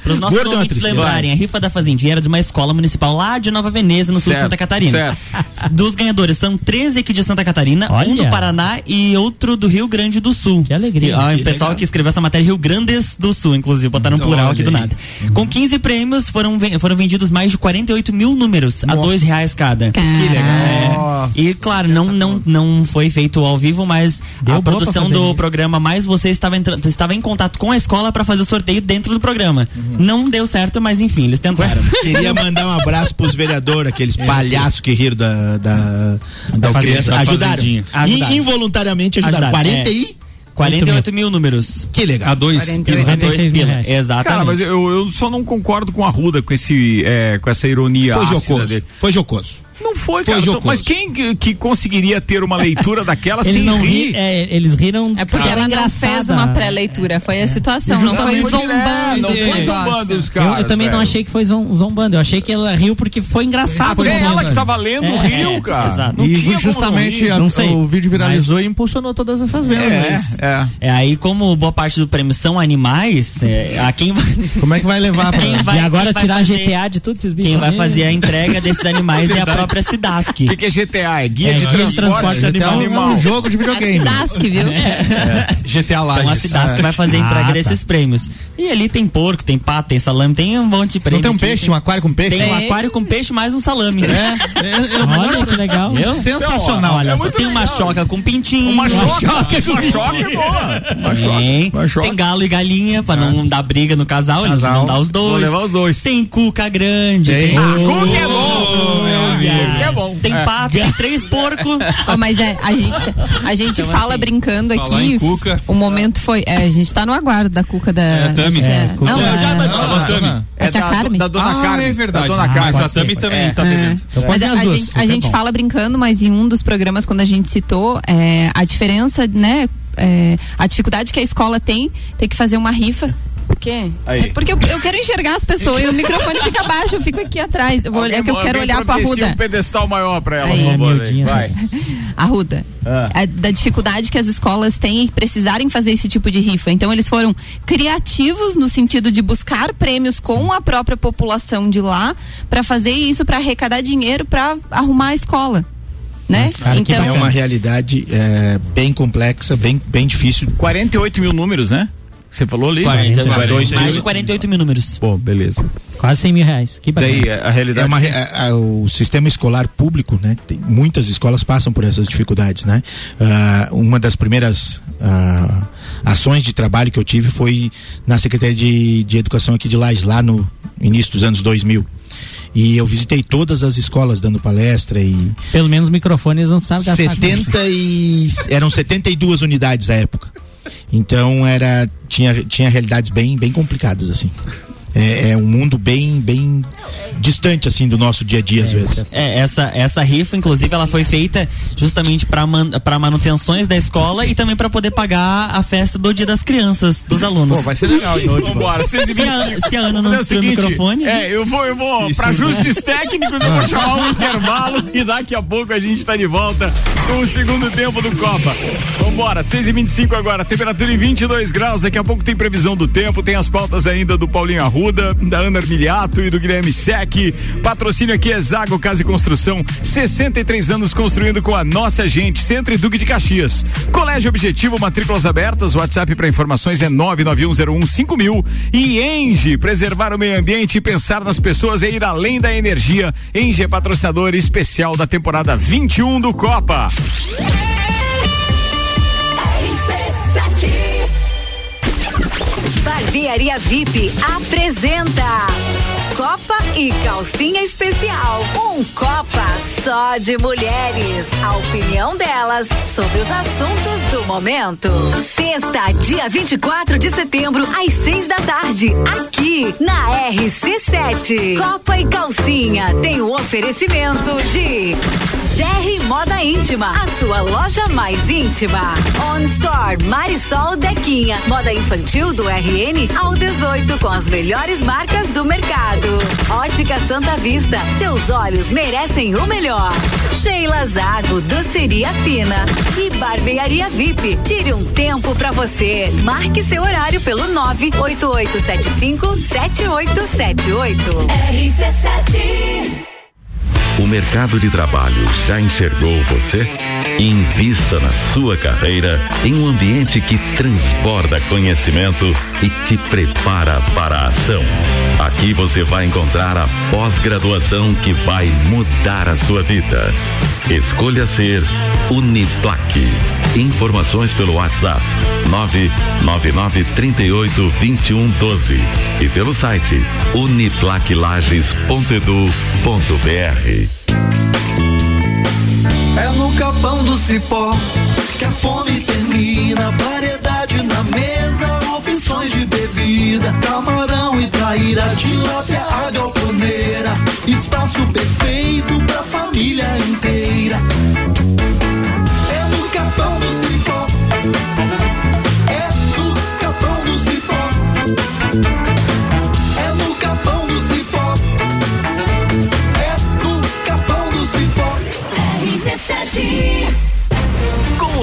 F: Para os nossos
D: Gordo é uma
F: ouvintes
D: tristeza.
F: lembrarem, a rifa da Fazendinha era de uma escola municipal lá de Nova Veneza, no sul de
A: Certo,
F: Santa Catarina.
A: certo.
F: Dos ganhadores são 13 aqui de Santa Catarina, um
B: Olha.
F: do Paraná e outro do Rio Grande do Sul.
B: Que alegria.
F: E, ó,
D: Que
F: o pessoal
D: legal. Então,
F: que escreveu essa matéria, Rio Grandes do Sul, inclusive, botaram um plural aqui do
D: aí.
F: nada. Com 15 prêmios, foram, ven- foram vendidos mais de 48 mil números, a dois reais cada. É.
C: Ó,
F: E claro, não, não, não foi feito ao vivo, mas
B: Deu
F: a
B: boa pra
F: produção
B: fazer
F: do
B: isso.
F: programa Mais Você estava, entra- estava em contato com a escola para fazer o sorteio dentro do programa. Não deu certo, mas enfim, eles tentaram.
D: Uhum. Queria mandar um abraço pros vereadores, aqueles palhaços que riram da, da, das
E: fazenda,
D: crianças.
E: da
D: ajudaram.
E: fazendinha.
D: E
F: Ajudaram.
D: involuntariamente ajudaram.
F: Ajudaram,
D: 40
F: é.
D: e.
F: 48 mil números.
D: Que legal.
E: A dois.
G: 48.
B: 96 mil reais.
F: Exatamente.
A: Cara, mas eu, eu só não concordo com a Ruda, com, esse, é, com essa ironia
D: Foi
A: ácida
D: jocoso.
A: dele.
D: Foi jocoso.
A: Não foi,
D: Foi
A: cara. Então,
D: jocoso.
A: Mas quem que, que conseguiria ter uma leitura daquela
B: Eles,
A: sem
B: não
A: rir?
B: ri, é, eles riram.
G: É porque
B: cara,
G: ela não fez
B: engraçada. É.
G: uma pré-leitura, foi a situação, não foi
A: Justamente porque, né,
G: zombando.
A: Não
G: do
A: foi
G: negócio.
A: zombando os
B: Eu,
A: caras.
B: eu também não
A: velho.
B: achei que foi zom- zombando. Eu achei que ela riu porque foi engraçado.
A: Até
B: no momento.
A: ela que tava lendo
B: É,
A: riu, cara.
F: exato.
A: Não
C: né? e
A: tinha como
C: justamente
A: não
C: a-
B: não sei.
C: o vídeo viralizou
B: Mas-
C: e impulsionou todas essas
A: rir.
C: vendas.
A: É,
C: né?
A: é.
F: É, aí, como boa parte do prêmio são animais, é, a quem vai,
C: Como é que vai levar pra.
F: quem vai-
B: E agora
F: quem vai
B: tirar
F: fazer-
B: GTA de todos esses bichos.
F: Quem vai
B: aí,
F: fazer a entrega desses animais é a própria
A: O
F: Sidask.
A: que, que é GTA? É guia
B: É,
A: de
B: guia
A: transporte,
B: de transporte
A: de
C: Até um,
A: animal.
C: um jogo de
G: A
C: videogame.
G: Sidask, viu?
E: GTA
F: Então a
E: Lages.
F: Sidask vai fazer a entrega
B: Ah, tá.
F: desses prêmios. E ali tem porco, tem pato, tem salame, tem um monte de prêmio.
C: Não tem um
F: aqui.
C: peixe, um aquário com peixe?
B: é
F: Tem um aquário com peixe mais um salame. né?
C: É, é o melhor
B: Olha que legal.
F: Eu?
C: Sensacional.
F: Olha,
A: é
F: só,
A: muito
F: tem uma
A: legal.
F: choca com pintinho.
A: Uma
F: Tem-
A: choca, uma choca é boa. Uma choca. Ah.
F: Tem, galo e galinha pra não dar briga no casal, eles
C: Casal.
F: vão dar os dois.
A: Vou levar os dois.
F: Tem cuca grande.
C: Tem.
F: Tem,
A: Ah, como que é bom, meu
F: Olha.
A: amigo, que é bom.
F: Tem
A: É.
F: pato, tem três porcos.
G: Ó, mas é, a gente, a gente fala brincando
E: falar
G: aqui.
E: em cuca.
G: O momento foi. É, a gente tá no aguardo da cuca da.
E: É, Tami.
G: É,
E: É,
B: cuca.
G: não,
E: Eu já
G: a-
E: mandei. Alô, Tami.
D: É
G: A tia
A: da,
G: É Carmen?
A: da dona
E: ah,
A: Carmen.
E: é verdade.
A: Da dona Carmen.
E: Mas a Tami também
B: É.
E: tá devendo.
G: É. Mas
C: Pode
G: a,
C: as
G: a
C: duas,
G: gente, a
C: qualquer
G: gente
C: bom.
G: fala brincando, mas em um dos programas, quando a gente citou, é, a diferença, né? é, a dificuldade que a escola tem, tem que fazer uma rifa. Por quê?
A: Aí.
G: É porque eu, eu quero enxergar as pessoas e o microfone fica abaixo, eu fico aqui atrás. Eu vou, olhar- é que eu
A: Alguém-
G: quero
A: alguém
G: olhar pra
A: providencia
G: Ruda.
A: um pedestal maior pra ela,
G: Aí.
A: por favor. aí.
B: Miudinha.
A: Vai.
G: Arruda.
D: Ah.
G: É, da dificuldade que as escolas têm em precisarem fazer esse tipo de rifa. Então, eles foram criativos no sentido de buscar prêmios com a própria população de lá para fazer isso, para arrecadar dinheiro, para arrumar a escola. Né?
B: cara, que
G: então,
D: É uma realidade é, bem complexa, bem, bem difícil.
A: 48 mil números, né? Você falou ali? né?
F: 40,
A: 48
F: mais de 48 mil números.
A: Pô, beleza.
B: Quase 100 mil reais. Que bacana.
A: Daí, a
D: É
A: realidade...
D: uma, re- a- a- o sistema escolar público, né? Tem, muitas escolas passam por essas dificuldades, né? Ah, uma das primeiras ah, ações de trabalho que eu tive foi na Secretaria de, de Educação aqui de Lages, lá no início dos anos 2000. E eu visitei todas as escolas dando palestra e
B: Pelo menos microfones não precisava gastar. com isso.
D: 70 e eram 72 unidades à época. Então era tinha tinha realidades bem bem complicadas assim. É, é um mundo bem bem distante assim do nosso dia a dia às vezes.
F: É, essa, essa rifa, inclusive, ela foi feita justamente para man, pra manutenções da escola e também para poder pagar a festa do Dia das Crianças, dos alunos.
C: Pô, vai ser legal, hein, hoje, mano.
A: Vambora, 6 e
F: se, a,
A: 25.
F: se a Ana não
A: Fazer o
F: destruir o
A: seguinte,
F: microfone.
A: É, eu vou, eu vou, pra ajustes técnicos, eu vou chamar um intervalo e daqui a pouco a gente tá de volta com o segundo tempo do Copa. Vambora, 6 e 25 agora, temperatura em 22 graus. Daqui a pouco tem previsão do tempo, tem as pautas ainda do Paulinho Arruda, da Ana Armiliato e do Guilherme Sec. Patrocínio aqui é Zago Casa e Construção, 63 anos construindo com a nossa gente, Centro e Duque de Caxias. Colégio Objetivo, matrículas abertas, WhatsApp para informações é 991015000 e Enge, preservar o meio ambiente e pensar nas pessoas é ir além da energia. Enge é patrocinador especial da temporada 21 do Copa.
D: é
H: Barbearia VIP apresenta Copa e Calcinha Especial. Um Copa só de mulheres. A opinião delas sobre os assuntos do momento. Sexta, dia 24 de setembro, às seis da tarde, aqui na RC7. Copa e Calcinha tem o oferecimento de GR Moda Íntima, a sua loja mais íntima. On Store Marisol Dequinha, moda infantil do RN ao 18 com as melhores marcas do mercado. Ótica Santa Vista, seus olhos merecem o melhor. Sheila Zago, doceria fina e barbearia VIP. Tire um tempo pra você. Marque seu horário pelo 988757878.
I: RC7 o mercado de trabalho já enxergou você? Invista na sua carreira em um ambiente que transborda conhecimento e te prepara para a ação. Aqui você vai encontrar a pós-graduação que vai mudar a sua vida. Escolha ser Uniplac. Informações pelo WhatsApp 999382112 e pelo site uniplaclages.edu.br.
J: É no capão do cipó que a fome termina. Variedade na mesa, opções de bebida. Camarão e traíra, tilápia, a galponeira. Espaço perfeito pra família inteira. É no capão do cipó. É no capão do cipó. É no capão do cipó. É no capão do cipó.
K: Com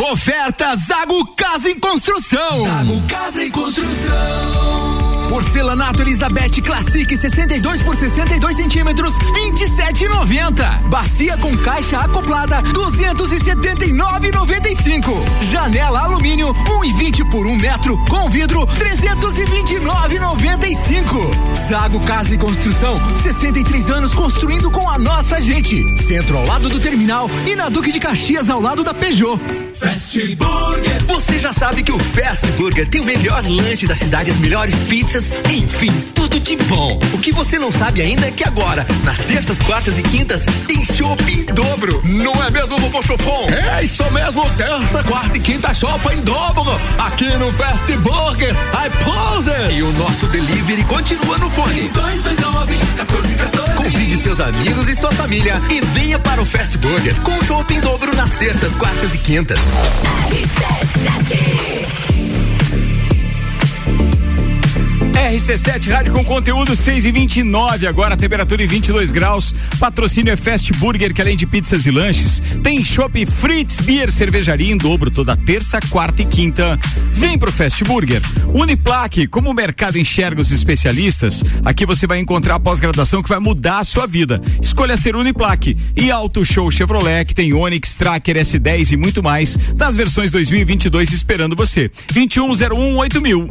L: Oferta Zago Casa em Construção.
D: Hum.
J: Zago Casa e Construção.
L: Porcelanato Elizabeth Classic 62 por 62 centímetros 27,90. Bacia com caixa acoplada 279,95. Janela alumínio 1,20 por 1 metro com vidro 329,95. Zago Casa e Construção 63 anos construindo com a nossa gente. Centro ao lado do terminal e na Duque de Caxias ao lado da Peugeot.
J: Fast Burger.
L: Você já sabe que o Fast Burger tem o melhor lanche da cidade, as melhores pizzas, enfim, tudo de bom. O que você não sabe ainda é que agora, nas terças, quartas e quintas, tem shopping em dobro. Não é mesmo, vovô Chopon?
M: É isso mesmo, terça, quarta e quinta Shopping em dobro, aqui no Fast Burger, iPoser. E o nosso delivery continua no fone.
J: 229 1414.
M: Convide seus amigos e sua família e venha para o Fast Burger com shopping em dobro nas terças, quartas e quintas.
A: RC7 Rádio com conteúdo 6 e 29 agora, temperatura em 22 graus. Patrocínio é Fast Burger, que além de pizzas e lanches, tem Shop Fritz Beer Cervejaria em dobro toda terça, quarta e quinta. Vem pro Fast Burger. Uniplaque, como o mercado enxerga os especialistas, aqui você vai encontrar a pós-graduação que vai mudar a sua vida. Escolha ser Uniplaque e Auto Show Chevrolet, que tem Onix, Tracker, S10 e muito mais das versões 2022 esperando você. 2101 8000.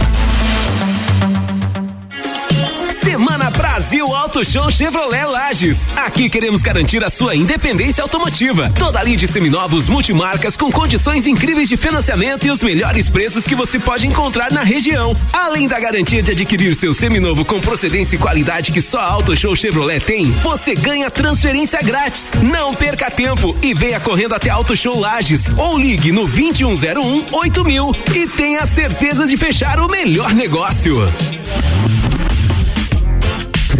K: Semana Brasil Auto Show Chevrolet Lages. Aqui queremos garantir a sua independência automotiva. Toda linha de seminovos multimarcas com condições incríveis de financiamento e os melhores preços que você pode encontrar na região. Além da garantia de adquirir seu seminovo com procedência e qualidade que só a Auto Show Chevrolet tem, você ganha transferência grátis. Não perca tempo e venha correndo até Auto Show Lages ou ligue no 2101 8000 e tenha certeza de fechar o melhor negócio.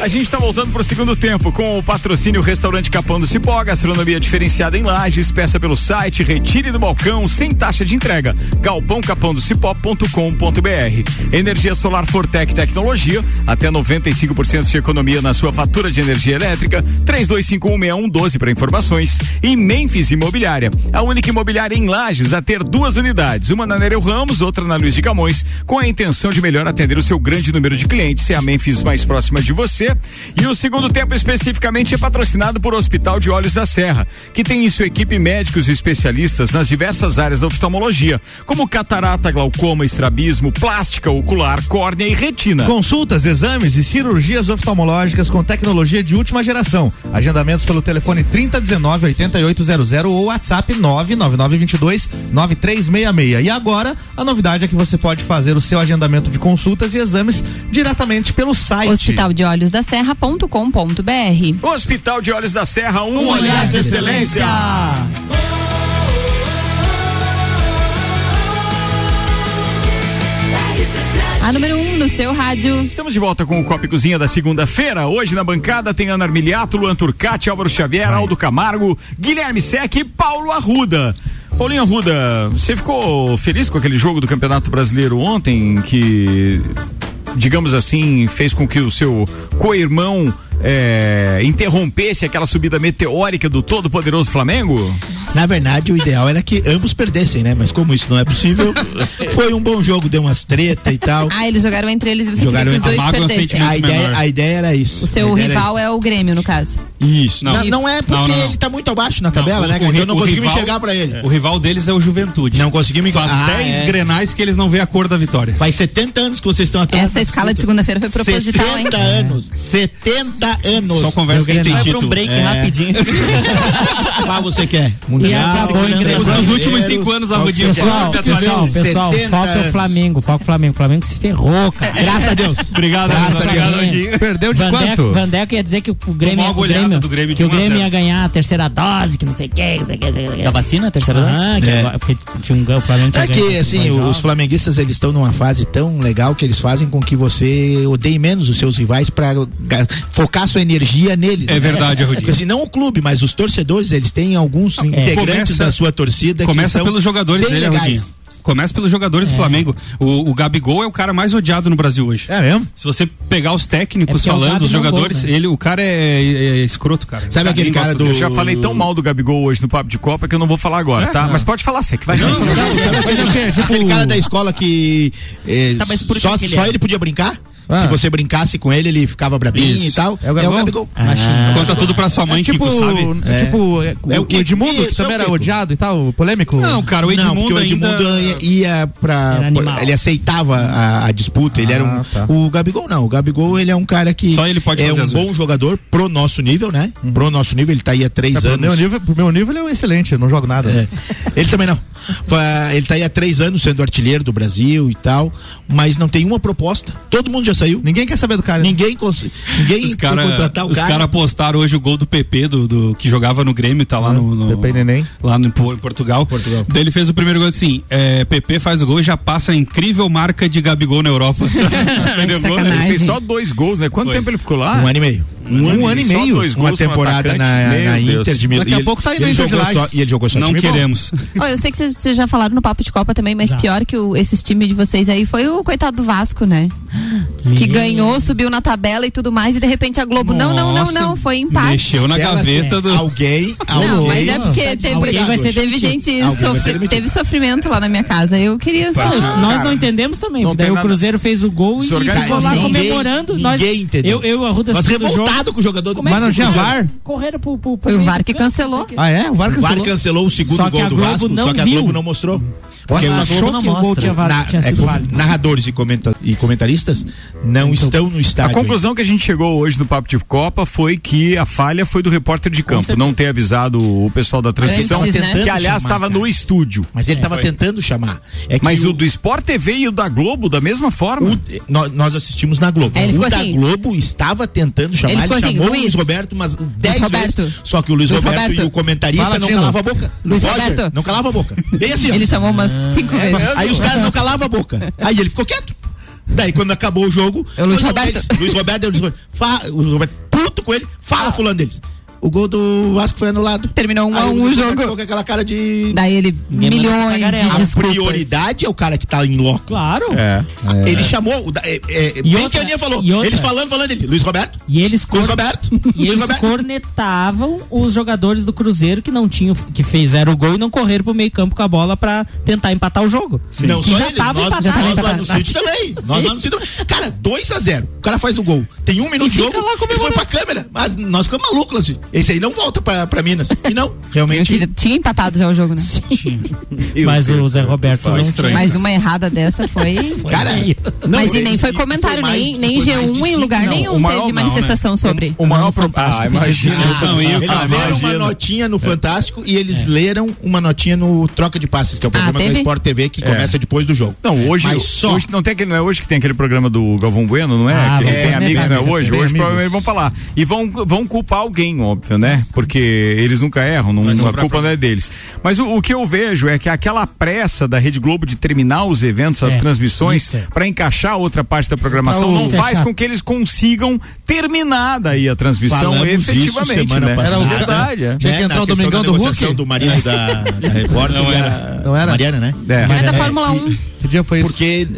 A: A gente está voltando para o segundo tempo com o patrocínio Restaurante Capão do Cipó, gastronomia diferenciada em Lages, peça pelo site, retire do balcão sem taxa de entrega. galpãocapãodocipó.com.br. Energia Solar Fortec Tecnologia, até 95% de economia na sua fatura de energia elétrica. 32516112 para informações. E Memphis Imobiliária, a única imobiliária em Lages a ter duas unidades, uma na Nereu Ramos, outra na Luiz de Camões, com a intenção de melhor atender o seu grande número de clientes. É a Memphis mais próxima de você. E o segundo tempo especificamente é patrocinado por Hospital de Olhos da Serra, que tem em sua equipe médicos e especialistas nas diversas áreas da oftalmologia, como catarata, glaucoma, estrabismo, plástica ocular, córnea e retina.
C: Consultas, exames e cirurgias oftalmológicas com tecnologia de última geração. Agendamentos pelo telefone 3019 8800 ou WhatsApp 99922 9366. E agora, a novidade é que você pode fazer o seu agendamento de consultas e exames diretamente pelo site.
G: Hospital de Olhos da Serra.com.br.
A: Hospital de Olhos da Serra, um,
G: Um olhar
A: olhar
G: de
A: de excelência.
G: A número 1 um no seu rádio.
A: Estamos de volta com o Copa e Cozinha da segunda-feira. Hoje na bancada tem Ana Armiliato, Luan Turcati, Álvaro Xavier, Aldo Camargo, Guilherme Sec e Paulo Arruda. Paulinho Arruda, você ficou feliz com aquele jogo do Campeonato Brasileiro ontem que, digamos assim, fez com que o seu co-irmão eh, interrompesse aquela subida meteórica do todo-poderoso Flamengo?
D: Na verdade, o ideal era que ambos perdessem, né? Mas como isso não é possível, foi um bom jogo, deu umas treta e tal.
G: Ah, eles jogaram entre eles e você
D: Jogaram
G: queria que os
D: entre-
G: dois
D: a mágoa é um
G: perdessem.
D: sentimento A ideia- menor. a ideia era isso.
G: O seu
D: A ideia era
G: rival é o Grêmio, no caso.
D: Isso. Não,
G: Isso.
D: não é porque
E: Não, não, não.
D: ele tá muito abaixo na tabela,
E: o-
D: né?
E: o
D: cara?
E: ri-
D: Então eu não
E: o
D: consegui me
E: rival-
D: enxergar pra ele.
E: O rival deles é o Juventude.
D: Não consegui me
E: Faz
D: Ah,
E: 10
D: é.
E: grenais que eles não veem a cor da vitória.
D: Faz 70 anos que vocês estão atrás.
G: Essa escala de segunda-feira foi proposital, hein?
D: 70 anos. 70 anos.
E: É. Só conversa quem tem título. É.
D: Qual você quer?
B: acabou em três
D: brasileiros,
B: anos.
D: qual que você
B: Pessoal,
D: quer?
B: pessoal, pessoal,
D: 70
B: foca o
D: anos.
B: Flamengo, foca o Flamengo. O Flamengo se ferrou, cara.
D: Graças a Deus.
E: Obrigado,
B: Graças a
E: obrigado,
B: Deus.
E: Anjinho.
C: Perdeu
E: de
B: Vandeco,
E: quanto?
B: Vandeco ia dizer que o Grêmio, é
E: uma
B: o
E: goleada
B: Grêmio,
E: do Grêmio de
B: que o
E: 1 a 0.
B: Grêmio ia ganhar a terceira dose, que não sei o que. que não sei o que, que não sei o que.
F: Da vacina, a terceira dose?
B: Ah, que
D: É.
B: agora- porque tinha um ganho, o Flamengo tinha
D: É
B: ganho
D: que,
B: dois
D: assim,
B: jogos.
D: os flamenguistas, eles estão numa fase tão legal que eles fazem com que você odeie menos os seus rivais pra ga- focar sua energia neles.
E: É verdade, Arrudinho. É.
D: Porque, assim, não o clube, mas os torcedores, eles têm alguns integrantes
E: Começa-
D: da sua torcida que
E: Começa
D: são
E: pelos jogadores
D: bem
E: dele,
D: legais. É.
E: Arrudinho. Começa pelos jogadores do Flamengo. O, o Gabigol é o cara mais odiado no Brasil hoje.
C: É mesmo?
E: Se você pegar os
D: É
E: técnicos
G: um
D: porque é o
E: falando,
D: Gabi
E: os
D: não
E: jogadores,
D: gol, né?
E: ele, o cara é, é- é escroto, cara.
D: Sabe aquele
E: Ninguém
D: cara
E: gosta
D: do-
E: dele.
A: Eu já falei tão mal do Gabigol hoje no Papo de Copa que eu não vou falar agora, tá? Mas pode falar, Sec, vai.
D: É, Não, sabe aquele, aquele
C: Tipo-
D: cara da escola que eh,
F: Tá, mas por que
D: só,
F: que ele
D: só
F: é?
D: ele podia brincar?
C: Ah.
D: Se você brincasse com ele, ele ficava brabinho
E: Isso.
D: e tal.
C: É o Gabigol?
E: Ah. Conta tudo pra sua mãe,
C: É tipo,
E: Kiko, sabe?
C: é tipo, é,
D: É
C: o,
D: o Kiko.
C: Edmundo, que
D: Isso, é
C: também
D: o
C: era
D: Kiko.
C: odiado e tal, polêmico?
E: Não, cara, o
D: Não, porque
E: Edmundo,
D: o Edmundo
E: ainda...
D: ia- ia pra.
B: Era animal.
D: Ele aceitava a, a disputa, ele era um.
C: Ah, tá.
D: O Gabigol não. O Gabigol ele é um cara que
E: Só ele pode
D: é
E: fazer
D: um
E: as-
D: bom jogador pro nosso nível, né? Pro nosso nível, ele tá aí há
C: Uhum. É,
D: três
C: pro, meu
D: anos.
C: nível, pro meu nível ele é um excelente, eu não jogo nada. né?
D: É. Ele também não. Fa- Ele tá aí há três anos sendo artilheiro do Brasil e tal, mas não tem uma proposta. Todo mundo já saiu.
C: Ninguém quer saber do cara. né?
D: Ninguém consegue. Ninguém
E: Os
D: quer
E: caras
D: contratar o
E: os
D: cara.
E: cara postaram hoje o gol do PP, do, do- que jogava no Grêmio, tá lá
D: Ah,
E: no, no-
C: PP Neném.
E: lá no, em Portugal.
D: Portugal.
E: Daí ele fez o primeiro gol assim: é, PP faz o gol e já passa a incrível marca de Gabigol na Europa. Perdeu o gol, né?
A: Ele fez só dois gols, né? Quanto
E: Foi.
A: tempo ele ficou lá?
D: Um ano e meio.
E: Um
D: Um, ano, e
A: só
D: meio,
A: dois
D: uma
A: gols, um
D: temporada na,
A: atacante.
D: na
A: Meu
D: Inter
A: Deus.
D: de Milão.
A: Daqui
D: E
A: a
D: ele-
A: pouco tá aí
D: e ele
A: na Inter de
D: jogou
A: Lages.
D: só- E ele jogou só
A: Não
D: time bom.
A: queremos.
G: Ó, eu sei que vocês vocês já falaram no Papo de Copa também, mas
D: Já.
G: pior que o- esses times de vocês aí foi o coitado do Vasco, né? Que
D: Menino.
G: ganhou, subiu na tabela e tudo mais, e de repente a Globo, Tipo, não, não, não,
D: Nossa.
G: não, foi empate.
D: Aquela- Alguém, alguém. tá
G: Não, mas é porque teve, teve gente,
D: Alguém vai ser
G: sofre-
D: demitido.
G: teve sofrimento lá na minha casa. Eu queria
D: Partiu,
G: só.
D: cara.
B: Nós não entendemos também, porque daí o Cruzeiro fez o gol e ficou lá comemorando. nós, Eu, eu, a Ruda
D: Nós
B: assistindo o jogo.
D: revoltado com o jogador do
B: Como é que
D: Mas não
B: vocês
D: tinha
B: correram-
D: VAR?
B: Correram pro, pro, pro
G: Foi o
B: meio
G: Var
B: do
G: que
B: campo,
G: cancelou.
B: não sei o quê.
D: Ah, é? O VAR
B: O VAR
D: cancelou. o segundo
B: Só que
D: gol
B: a
D: do
B: Globo
D: Vasco,
B: não
D: só que a
B: viu.
D: Globo não mostrou.
B: Porque ela achou que o gol tinha vá-
D: Na-
B: tinha
D: é
B: sido
D: como
B: válido.
D: narradores e, comenta- e comentaristas não estão no
A: A
D: estádio.
A: conclusão que a gente chegou hoje no Papo de Copa foi que a falha foi do repórter de campo, não ter avisado o pessoal da transmissão,
D: Antes, né?
A: que aliás
D: Chamar,
A: estava
D: cara.
A: no estúdio.
D: Mas
A: É,
D: ele estava
A: foi.
D: tentando chamar. É que
A: Mas o do Sport TV e o da Globo, da mesma forma?
D: nó- nós, assistimos na Globo.
A: É, ele
D: o
A: ficou
D: da
A: assim.
D: Globo estava tentando chamar,
A: Ele
D: ele,
A: ficou assim,
D: chamou o
A: Luiz.
D: Luiz Roberto umas 10
A: Roberto.
D: vezes. Só que o Luiz,
A: Luiz
D: Roberto,
A: Roberto.
D: e o comentarista
A: Fala,
D: não
A: Tino.
D: calava a boca.
A: Luiz
D: Roger,
A: Roberto.
D: Não calava a boca. Bem assim, ó.
A: Ele chamou umas cinco
D: É,
A: vezes.
D: Aí os caras não calavam a boca. Aí ele ficou quieto. Daí quando acabou o jogo,
A: É o Luiz
D: dois
A: Roberto.
D: deles, Luiz Roberto, Luiz Roberto, fa- o Luiz Roberto puto com ele, fala fulano deles. O gol do Vasco foi anulado.
G: Terminou um
D: Aí
G: a um o
D: Luiz
G: jogo.
D: Roberto ficou com aquela cara de
G: Daí ele milhões de
D: a
G: desculpas.
D: prioridade é o cara que tá em loco.
B: Claro.
D: É.
B: É.
D: Ele chamou. o da- É, é,
B: E
D: bem
B: outra-
D: que a Aninha falou.
B: e outra-
D: Eles falando, falando ele. Luiz Roberto.
B: E eles,
D: Luiz Roberto.
B: E eles
D: né?
B: cornetavam os jogadores do Cruzeiro que não tinham, que fizeram o gol e não correram pro meio campo com a bola pra tentar empatar o jogo.
D: Não,
B: que
D: só
B: já
D: ele.
B: tava
D: nós,
B: empatado.
D: nós lá no City também. Nós lá no City também. Cara, 2x0. O cara faz o gol. Tem um minuto de jogo. Ele foi pra câmera. Mas nós ficamos malucos, assim. Esse aí não volta pra, pra Minas. E não, realmente.
G: Tinha, tinha empatado já o jogo, né?
B: Mas o Zé Roberto não tinha.
G: Mas uma errada dessa foi.
D: Cara,
G: mas
A: não,
G: e nem foi comentário, nem, nem G1 em lugar nenhum teve manifestação sobre.
A: O maior problema. Ah, imagina.
D: não, eles
A: Ah,
D: leram uma
A: imagina.
D: notinha
A: É.
D: no Fantástico e eles leram uma notinha no Troca de Passes, que é o programa da
A: Ah, teve?
D: Sport TV que
A: É.
D: começa depois do jogo.
A: Não, hoje,
D: Mas só.
A: hoje não tem aquele, não é hoje que tem aquele programa do Galvão Bueno, não é?
D: Ah,
A: que
D: vamos
A: tem
D: combinar,
A: amigos, não é
D: né?
A: hoje?
D: Tem
A: hoje
D: amigos.
A: provavelmente vão falar. E vão, vão culpar alguém, óbvio, né? Porque eles nunca erram, não, a culpa não é deles. Mas o, o que eu vejo é que aquela pressa da Rede Globo de terminar os eventos, as
B: É,
A: transmissões,
B: isso é.
A: pra encaixar outra parte da programação,
B: Pra o-
A: não
B: isso é
A: faz
B: chato.
A: com que eles consigam terminar daí a transmissão
D: Falamos isso
A: efetivamente.
D: semana
A: né?
D: passada,
A: Era verdade, é.
D: né? Tinha que entrar o Domingão do Hulk? do marido da, da repórter.
A: Não
D: e
A: era.
D: da- Mariana, né?
A: É.
G: É da Fórmula 1.
D: Que dia foi isso? Porque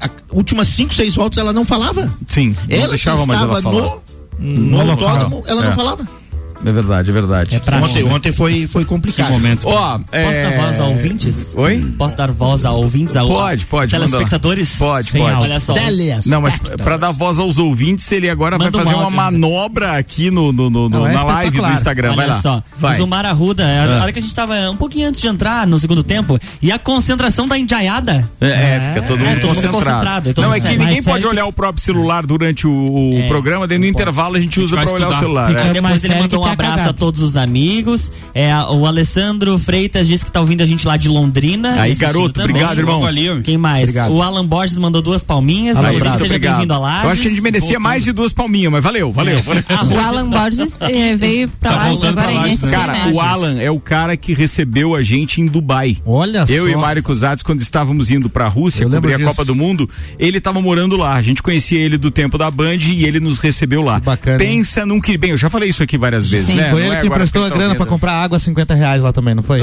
D: a últimas cinco, seis voltas ela não falava.
A: Sim. não
D: Ela que
A: deixava mais ela
D: estava
A: falar.
D: no, no,
A: No local.
D: autódromo, ela
A: É.
D: não falava.
A: É verdade, é verdade.
D: ontem,
F: né?
D: ontem foi, foi complicado.
A: momento. Ó,
D: Posso
A: é...
D: dar voz a
F: ouvintes?
A: Oi?
F: Posso dar voz a ouvintes? A
A: Pode, pode. manda lá.
F: Telespectadores?
A: Pode,
F: Sem
A: pode.
F: áudio. Olha só. Teleas.
A: Não, mas pra dar voz aos ouvintes, ele agora
F: Manda
A: vai fazer
F: um
A: uma
F: áudio,
A: manobra aqui no, no, no-
F: Não, é
A: na live do
F: espetacular.
A: Instagram.
F: Olha
A: vai lá.
F: só, um
A: Vai.
F: o Zumar Arruda, a
A: Ah.
F: hora que a gente tava um pouquinho antes de entrar no segundo tempo, e a concentração tá da Indiaiada.
A: É, é, fica todo mundo
F: É, todo mundo
A: concentrado.
F: concentrado, é todo
A: não, é
F: mundo
A: que
F: sério.
A: ninguém
F: Mas
A: pode
F: sério
A: olhar o próprio celular
F: É.
A: durante o, o programa, daí no intervalo a gente
F: A gente
A: usa
F: vai
A: pra olhar o
F: estudar.
A: celular.
F: Fica
A: é.
F: aí Depois ele mandou um abraço a todos os amigos. É, a- o Alessandro Freitas disse que tá ouvindo a gente lá de Londrina.
A: Aí,
F: Esse
A: garoto,
F: também.
A: obrigado, irmão.
F: Quem mais?
A: Obrigado.
F: O Alan Borges mandou duas palminhas.
A: Fala aí,
F: Alessandro,
A: muito
F: seja
A: obrigado.
F: bem-vindo a Lages. É.
A: Eu acho que a gente merecia
F: Voltando.
A: mais de duas palminhas, mas valeu, valeu. valeu.
G: O Alan Borges eh, veio pra
A: Tá
G: lá agora em SC,
A: Cara,
G: né?
A: o Alan é o cara que recebeu a gente em Dubai.
C: Olha
A: Eu
C: só.
A: e Mário Cusatz, quando estávamos indo pra Rússia, cobrir a
C: disso.
A: Copa do Mundo, ele estava morando lá. A gente conhecia ele do tempo da Band e ele nos recebeu lá. Bacana. Pensa num que. Bem, eu já falei isso aqui várias vezes, né?
C: Foi
A: Não
C: ele
A: é agora
C: que emprestou a
A: porque tá
C: grana pra
A: ouvindo.
C: comprar água a 50 reais lá também, não foi?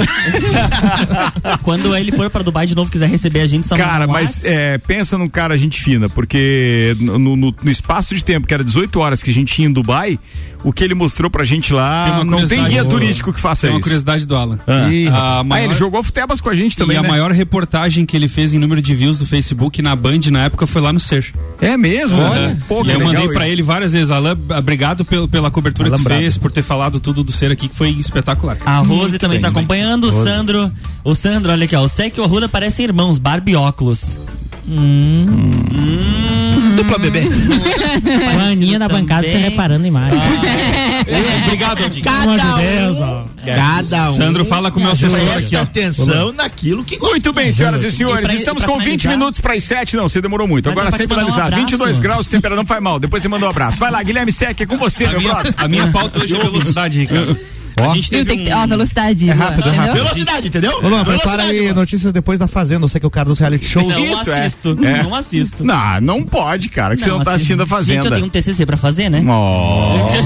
F: Quando ele for pra Dubai de novo, quiser receber a gente, só
A: Cara,
F: manda um
A: mas
F: WhatsApp.
A: é, pensa num cara gente fina, porque no, no- no espaço de tempo, que era 18 horas que a gente tinha em Dubai, o que ele mostrou pra gente
E: Tem
A: lá,
E: uma
A: não tem
E: curiosidade
A: guia
E: do-
A: turístico que faça
E: tem uma
A: isso.
E: curiosidade do Alan.
A: Ah. Ih,
E: A
A: rapaz. Ah, ele jogou futebas com a gente também,
E: E a
A: né?
E: maior reportagem que ele fez em número de views do Facebook na Band na época foi lá no Ser. Ah.
A: É mesmo? Olha, pô, que
E: e eu
A: legal
E: mandei
A: isso.
E: pra ele várias vezes. Alan, obrigado pelo- pela cobertura que tu fez, por ter falado tudo do Ser aqui, que foi espetacular.
F: A Rose também tá acompanhando, o Sandro. O Sandro, olha aqui, ó. O Sec e o Arruda parecem irmãos, Barbie e óculos. Hum.
D: Dupla bebê.
B: Com a Aninha na bancada se reparando em imagem.
D: Ah.
E: Obrigado, Adinho.
A: um.
B: Pelo amor de Deus, ó.
D: Cada um.
E: Sandro, fala com o meu assessor aqui, ó.
D: atenção naquilo que
A: Muito bem, senhoras e
D: E
A: senhores,
D: pra-
A: estamos
D: e pra
A: com 20
D: finalizar-
A: minutos para as 7. Não, você demorou muito.
D: Mas
A: Agora
D: dá pra
A: sem
D: te mandar um
A: finalizar.
D: abraço?
A: 22 graus, temperatura não faz mal. Depois você manda um abraço. Vai lá, Guilherme Sec, é com você,
E: A
A: meu
E: minha,
A: brother.
E: a minha pauta hoje é velocidade, Ricardo.
G: A gente teve um... Ó, velocidade.
C: É rápido, é
G: entendeu?
C: rápido.
G: Velocidade,
C: entendeu? Ô, Luan, prepara aí notícias depois da Fazenda. Você que é o cara dos reality é. shows.
F: Não assisto, não assisto.
A: Não, não pode, cara, que você não tá
F: assisto.
A: assistindo a Fazenda.
F: assim, Gente, eu tenho um TCC pra fazer, né?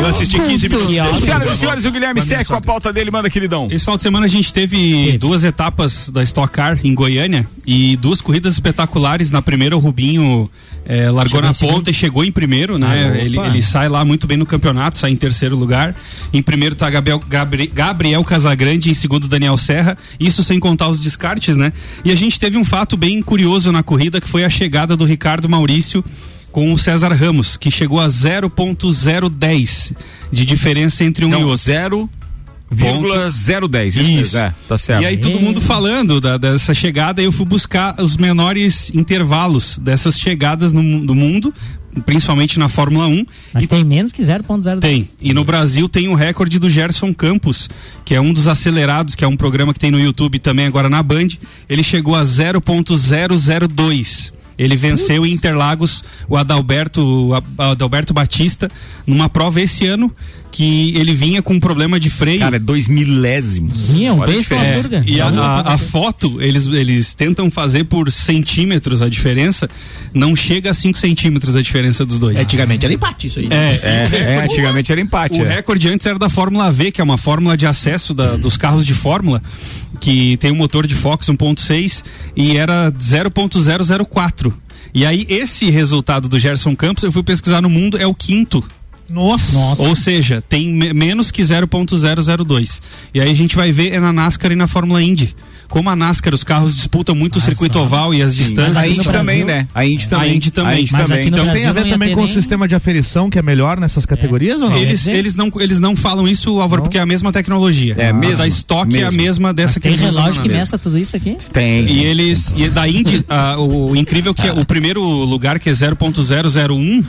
A: Eu assisti 15 minutos.
F: Que
A: desse. Senhoras e
F: ótimo.
A: senhores, o Guilherme Sec com a pauta dele, manda queridão.
E: Esse final de semana a gente teve duas etapas da Stock Car em Goiânia e duas corridas espetaculares. Na primeira, o Rubinho eh, largou
F: Chegou
E: na
F: em
E: ponta e chegou em primeiro, né?
F: Ah,
E: ele,
F: opa.
E: ele sai lá muito bem no campeonato, sai em terceiro lugar. Em primeiro tá Gabriel, Gabri- Gabriel Casagrande, em segundo Daniel Serra. Isso sem contar os descartes, né? E a gente teve um fato bem curioso na corrida, que foi a chegada do Ricardo Maurício com o César Ramos, que chegou a 0.010 de diferença entre um e outro.
A: 0 0,010, isso, mesmo, é, tá certo.
E: E aí todo mundo falando da- dessa chegada, eu fui buscar os menores intervalos dessas chegadas no, mu- do mundo, principalmente na Fórmula 1.
B: Mas tem menos que 0.0.
E: Tem. E no Brasil tem o recorde do Gerson Campos, que é um dos acelerados, que é um programa que tem no YouTube também agora na Band. Ele chegou a 0.002. Ele venceu em Interlagos o Adalberto, a- Adalberto Batista numa prova esse ano que ele vinha com um problema de freio. Cara,
A: é dois milésimos.
B: Vinha, um
E: Olha a
B: beijo pra
E: diferença.
B: Hamburger.
E: E a,
B: Valeu,
E: a- a foto, eles, eles tentam fazer por centímetros a diferença, não chega a 5 centímetros a diferença dos dois.
D: É, Antigamente era empate isso aí. né?
E: É,
A: É, é, antigamente era empate,
E: O
A: é.
E: recorde antes era da Fórmula V, que é uma fórmula de acesso da- dos carros de Fórmula, que tem um motor de Fox 1.6 e era 0.004. E aí, esse resultado do Gerson Campos, eu fui pesquisar no mundo, é o quinto.
C: Nossa.
E: Ou seja, tem me- menos que 0.002. E aí a gente vai ver é na NASCAR e na Fórmula Indy. Como a NASCAR, os carros disputam muito o circuito oval e as distâncias.
A: Ah, Mas a Indy também, né? A Indy também.
E: A Indy também.
A: A Indy Mas também. aqui no
E: Então
C: Então tem a ver também com o sistema de aferição que é melhor nessas categorias ou não?
E: Eles, eles, não, eles não falam isso, Álvaro, porque é a mesma tecnologia.
C: É mesmo,
E: Da estoque é a
C: mesmo.
E: mesma dessa
B: Tem
E: eles usam
B: relógio
E: na
B: que
E: NASCAR.
B: meça tudo isso aqui?
A: Tem.
E: E eles. E da Indy, ah, o, o incrível que é o primeiro lugar, que é 0.001,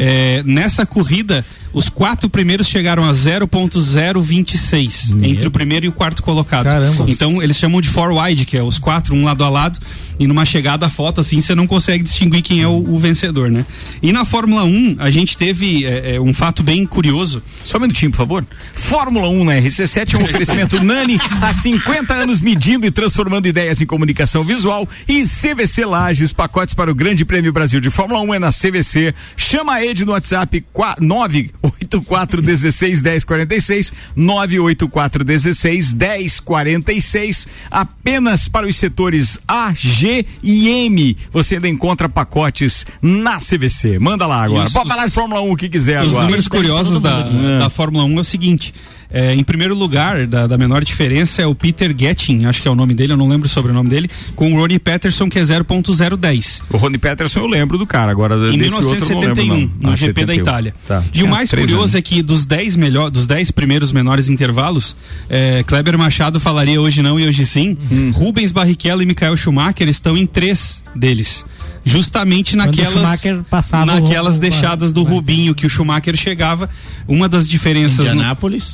E: é, nessa corrida, os quatro primeiros chegaram a 0.026, entre o primeiro e o quarto colocado.
C: Caramba.
E: Então eles chamam de four wide, que é os quatro, um lado a lado, e numa chegada a foto assim, você não consegue distinguir quem é o, o vencedor, né? E na Fórmula 1, a gente teve é, é, um fato bem curioso.
A: Só um minutinho, por favor. Fórmula 1 na RC7 é um oferecimento Nani há 50 anos medindo e transformando ideias em comunicação visual e CVC Lages, pacotes para o Grande Prêmio Brasil de Fórmula 1 é na CVC. Chama a Ed no WhatsApp 984 16 1046 984 16 1046 apenas para os setores A, G e M. Você ainda encontra pacotes na CVC. Manda lá agora.
E: os-
A: Pode falar de Fórmula 1 o que quiser
E: Os
A: agora.
E: números curiosos da,
B: né?
E: da Fórmula 1 é o seguinte: é, em primeiro lugar, da, da menor diferença, é o Peter Getting, acho que é o nome dele, eu não lembro sobre o sobrenome dele, com o Ronnie Patterson, que é 0.010.
A: O Ronnie Peterson eu lembro do cara, agora
E: Em
A: desse outro eu não lembro,
E: 1971,
A: não.
E: no
A: Ah,
E: GP da
A: 71.
E: Itália.
A: Tá.
E: E o
A: É,
E: mais
A: três
E: curioso
A: anos.
E: é que dos 10 melhor, dos 10 primeiros menores intervalos, é, Kleber Machado falaria hoje não e hoje sim.
A: Hum.
E: Rubens Barrichello e Michael Schumacher estão em três deles. Justamente
B: Quando o
E: naquelas
B: Schumacher passava o-
E: naquelas
B: o-
E: deixadas do Rubinho que o Schumacher chegava, uma das diferenças no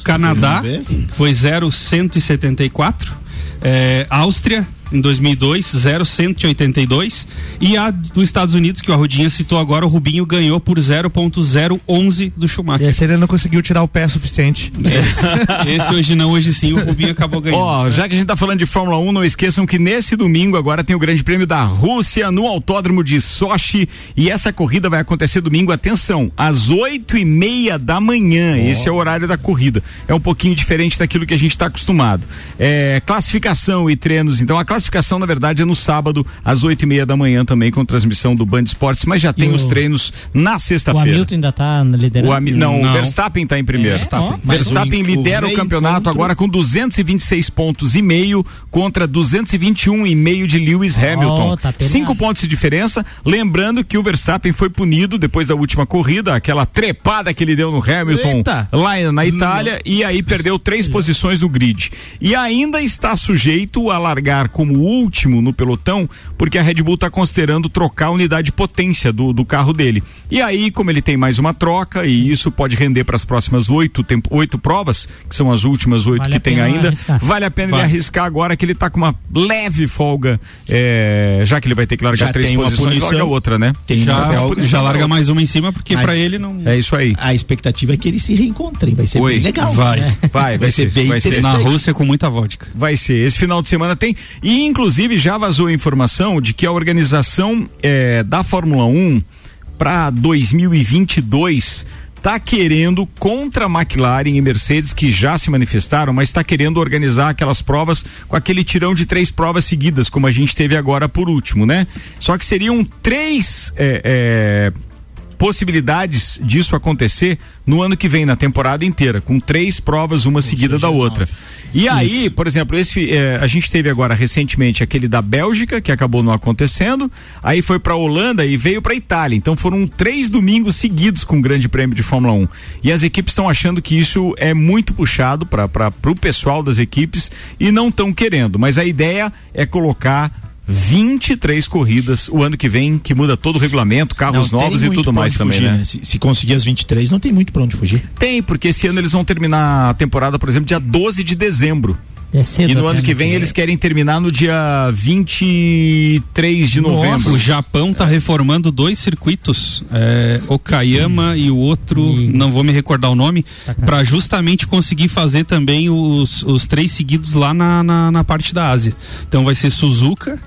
E: Canadá
D: vamos
E: foi 0,174. É, Áustria, em 2002, 0,182. E a dos Estados Unidos, que o Arrudinha citou agora, o Rubinho ganhou por 0,011 do Schumacher.
C: E aí, se ele não conseguiu tirar o pé suficiente.
E: Esse, esse hoje não, hoje sim, o Rubinho acabou ganhando. né?
A: Ó, já que a gente tá falando de Fórmula 1, não esqueçam que nesse domingo agora tem o Grande Prêmio da Rússia no Autódromo de Sochi e essa corrida vai acontecer domingo, atenção, às oito e meia da manhã, esse é o horário da corrida, é um pouquinho diferente daquilo que a gente tá acostumado. É, classificação e treinos, então a classificação na verdade é no sábado, às oito e meia da manhã também com transmissão do Band Esportes, mas já tem
B: o-
A: os treinos na
B: O
A: sexta-feira.
B: Hamilton ainda tá liderando. É?
A: O Ami- não, o Verstappen está em primeiro.
B: ó, um.
A: Verstappen,
B: mas o-
A: lidera
B: o
A: o,
B: meio
A: campeonato agora com 226 pontos e meio contra 221 e meio de Lewis Hamilton.
B: tá pegado.
A: Cinco pontos de diferença. Lembrando que o Verstappen foi punido depois da última corrida, aquela trepada que ele deu no Hamilton
C: Eita.
A: lá
B: Hum.
A: na Itália e aí perdeu três posições no grid. E ainda está sujeito a largar como como o último no pelotão, porque a Red Bull está considerando trocar a unidade de potência do, do carro dele. E aí, como ele tem mais uma troca, e isso pode render para as próximas oito, tempo- oito provas, que são as últimas oito
B: Vale
A: que
B: a
A: tem
B: pena
A: ainda,
B: arriscar.
A: vale a pena
B: Vale.
A: ele arriscar agora que ele está com uma leve folga, eh, já que ele vai ter que largar
D: Já
A: três
D: tem uma
A: posições,
D: punição.
A: larga outra, né?
D: Tem
A: já,
D: uma folga.
A: já larga mais
E: uma em cima, porque
D: Mas
E: pra ele não.
A: É isso aí.
D: A expectativa é que eles se reencontrem. Vai ser
A: Oi,
D: bem legal.
A: Vai,
D: né?
A: vai, vai,
D: ser, bem
A: vai ser.
D: interessante.
E: com muita vodka.
A: Vai ser. Esse final de semana tem. E, inclusive, já vazou a informação de que a organização eh, da Fórmula 1 para 2022 tá querendo contra a McLaren e Mercedes que já se manifestaram, mas está querendo organizar aquelas provas com aquele tirão de três provas seguidas, como a gente teve agora por último, né? Só que seriam três eh, eh, possibilidades disso acontecer no ano que vem, na temporada inteira, com três provas, uma seguida da outra. E aí, por exemplo, esse, eh, a gente teve agora recentemente aquele da Bélgica, que acabou não acontecendo, aí foi pra Holanda e veio pra Itália. Então foram três domingos seguidos com o Grande Prêmio de Fórmula 1. E as equipes estão achando que isso é muito puxado para o pessoal das equipes e não estão querendo. Mas a ideia é colocar 23 corridas o ano que vem, que muda todo o regulamento, carros
D: Não, tem
A: novos e
D: muito
A: tudo
D: pra
A: mais
D: onde
A: também,
D: fugir,
A: né?
D: Se, se conseguir as 23, não tem muito pra onde fugir.
A: Tem, porque esse ano eles vão terminar a temporada, por exemplo, dia 12 de dezembro.
B: É cedo
A: e no
B: até,
A: ano
B: né?
A: que vem eles querem terminar no dia 23 de novembro.
E: O Japão tá reformando dois circuitos, é, Okayama e o outro, não vou me recordar o nome, para justamente conseguir fazer também os, os três seguidos lá na, na, na parte da Ásia. Então vai ser Suzuka.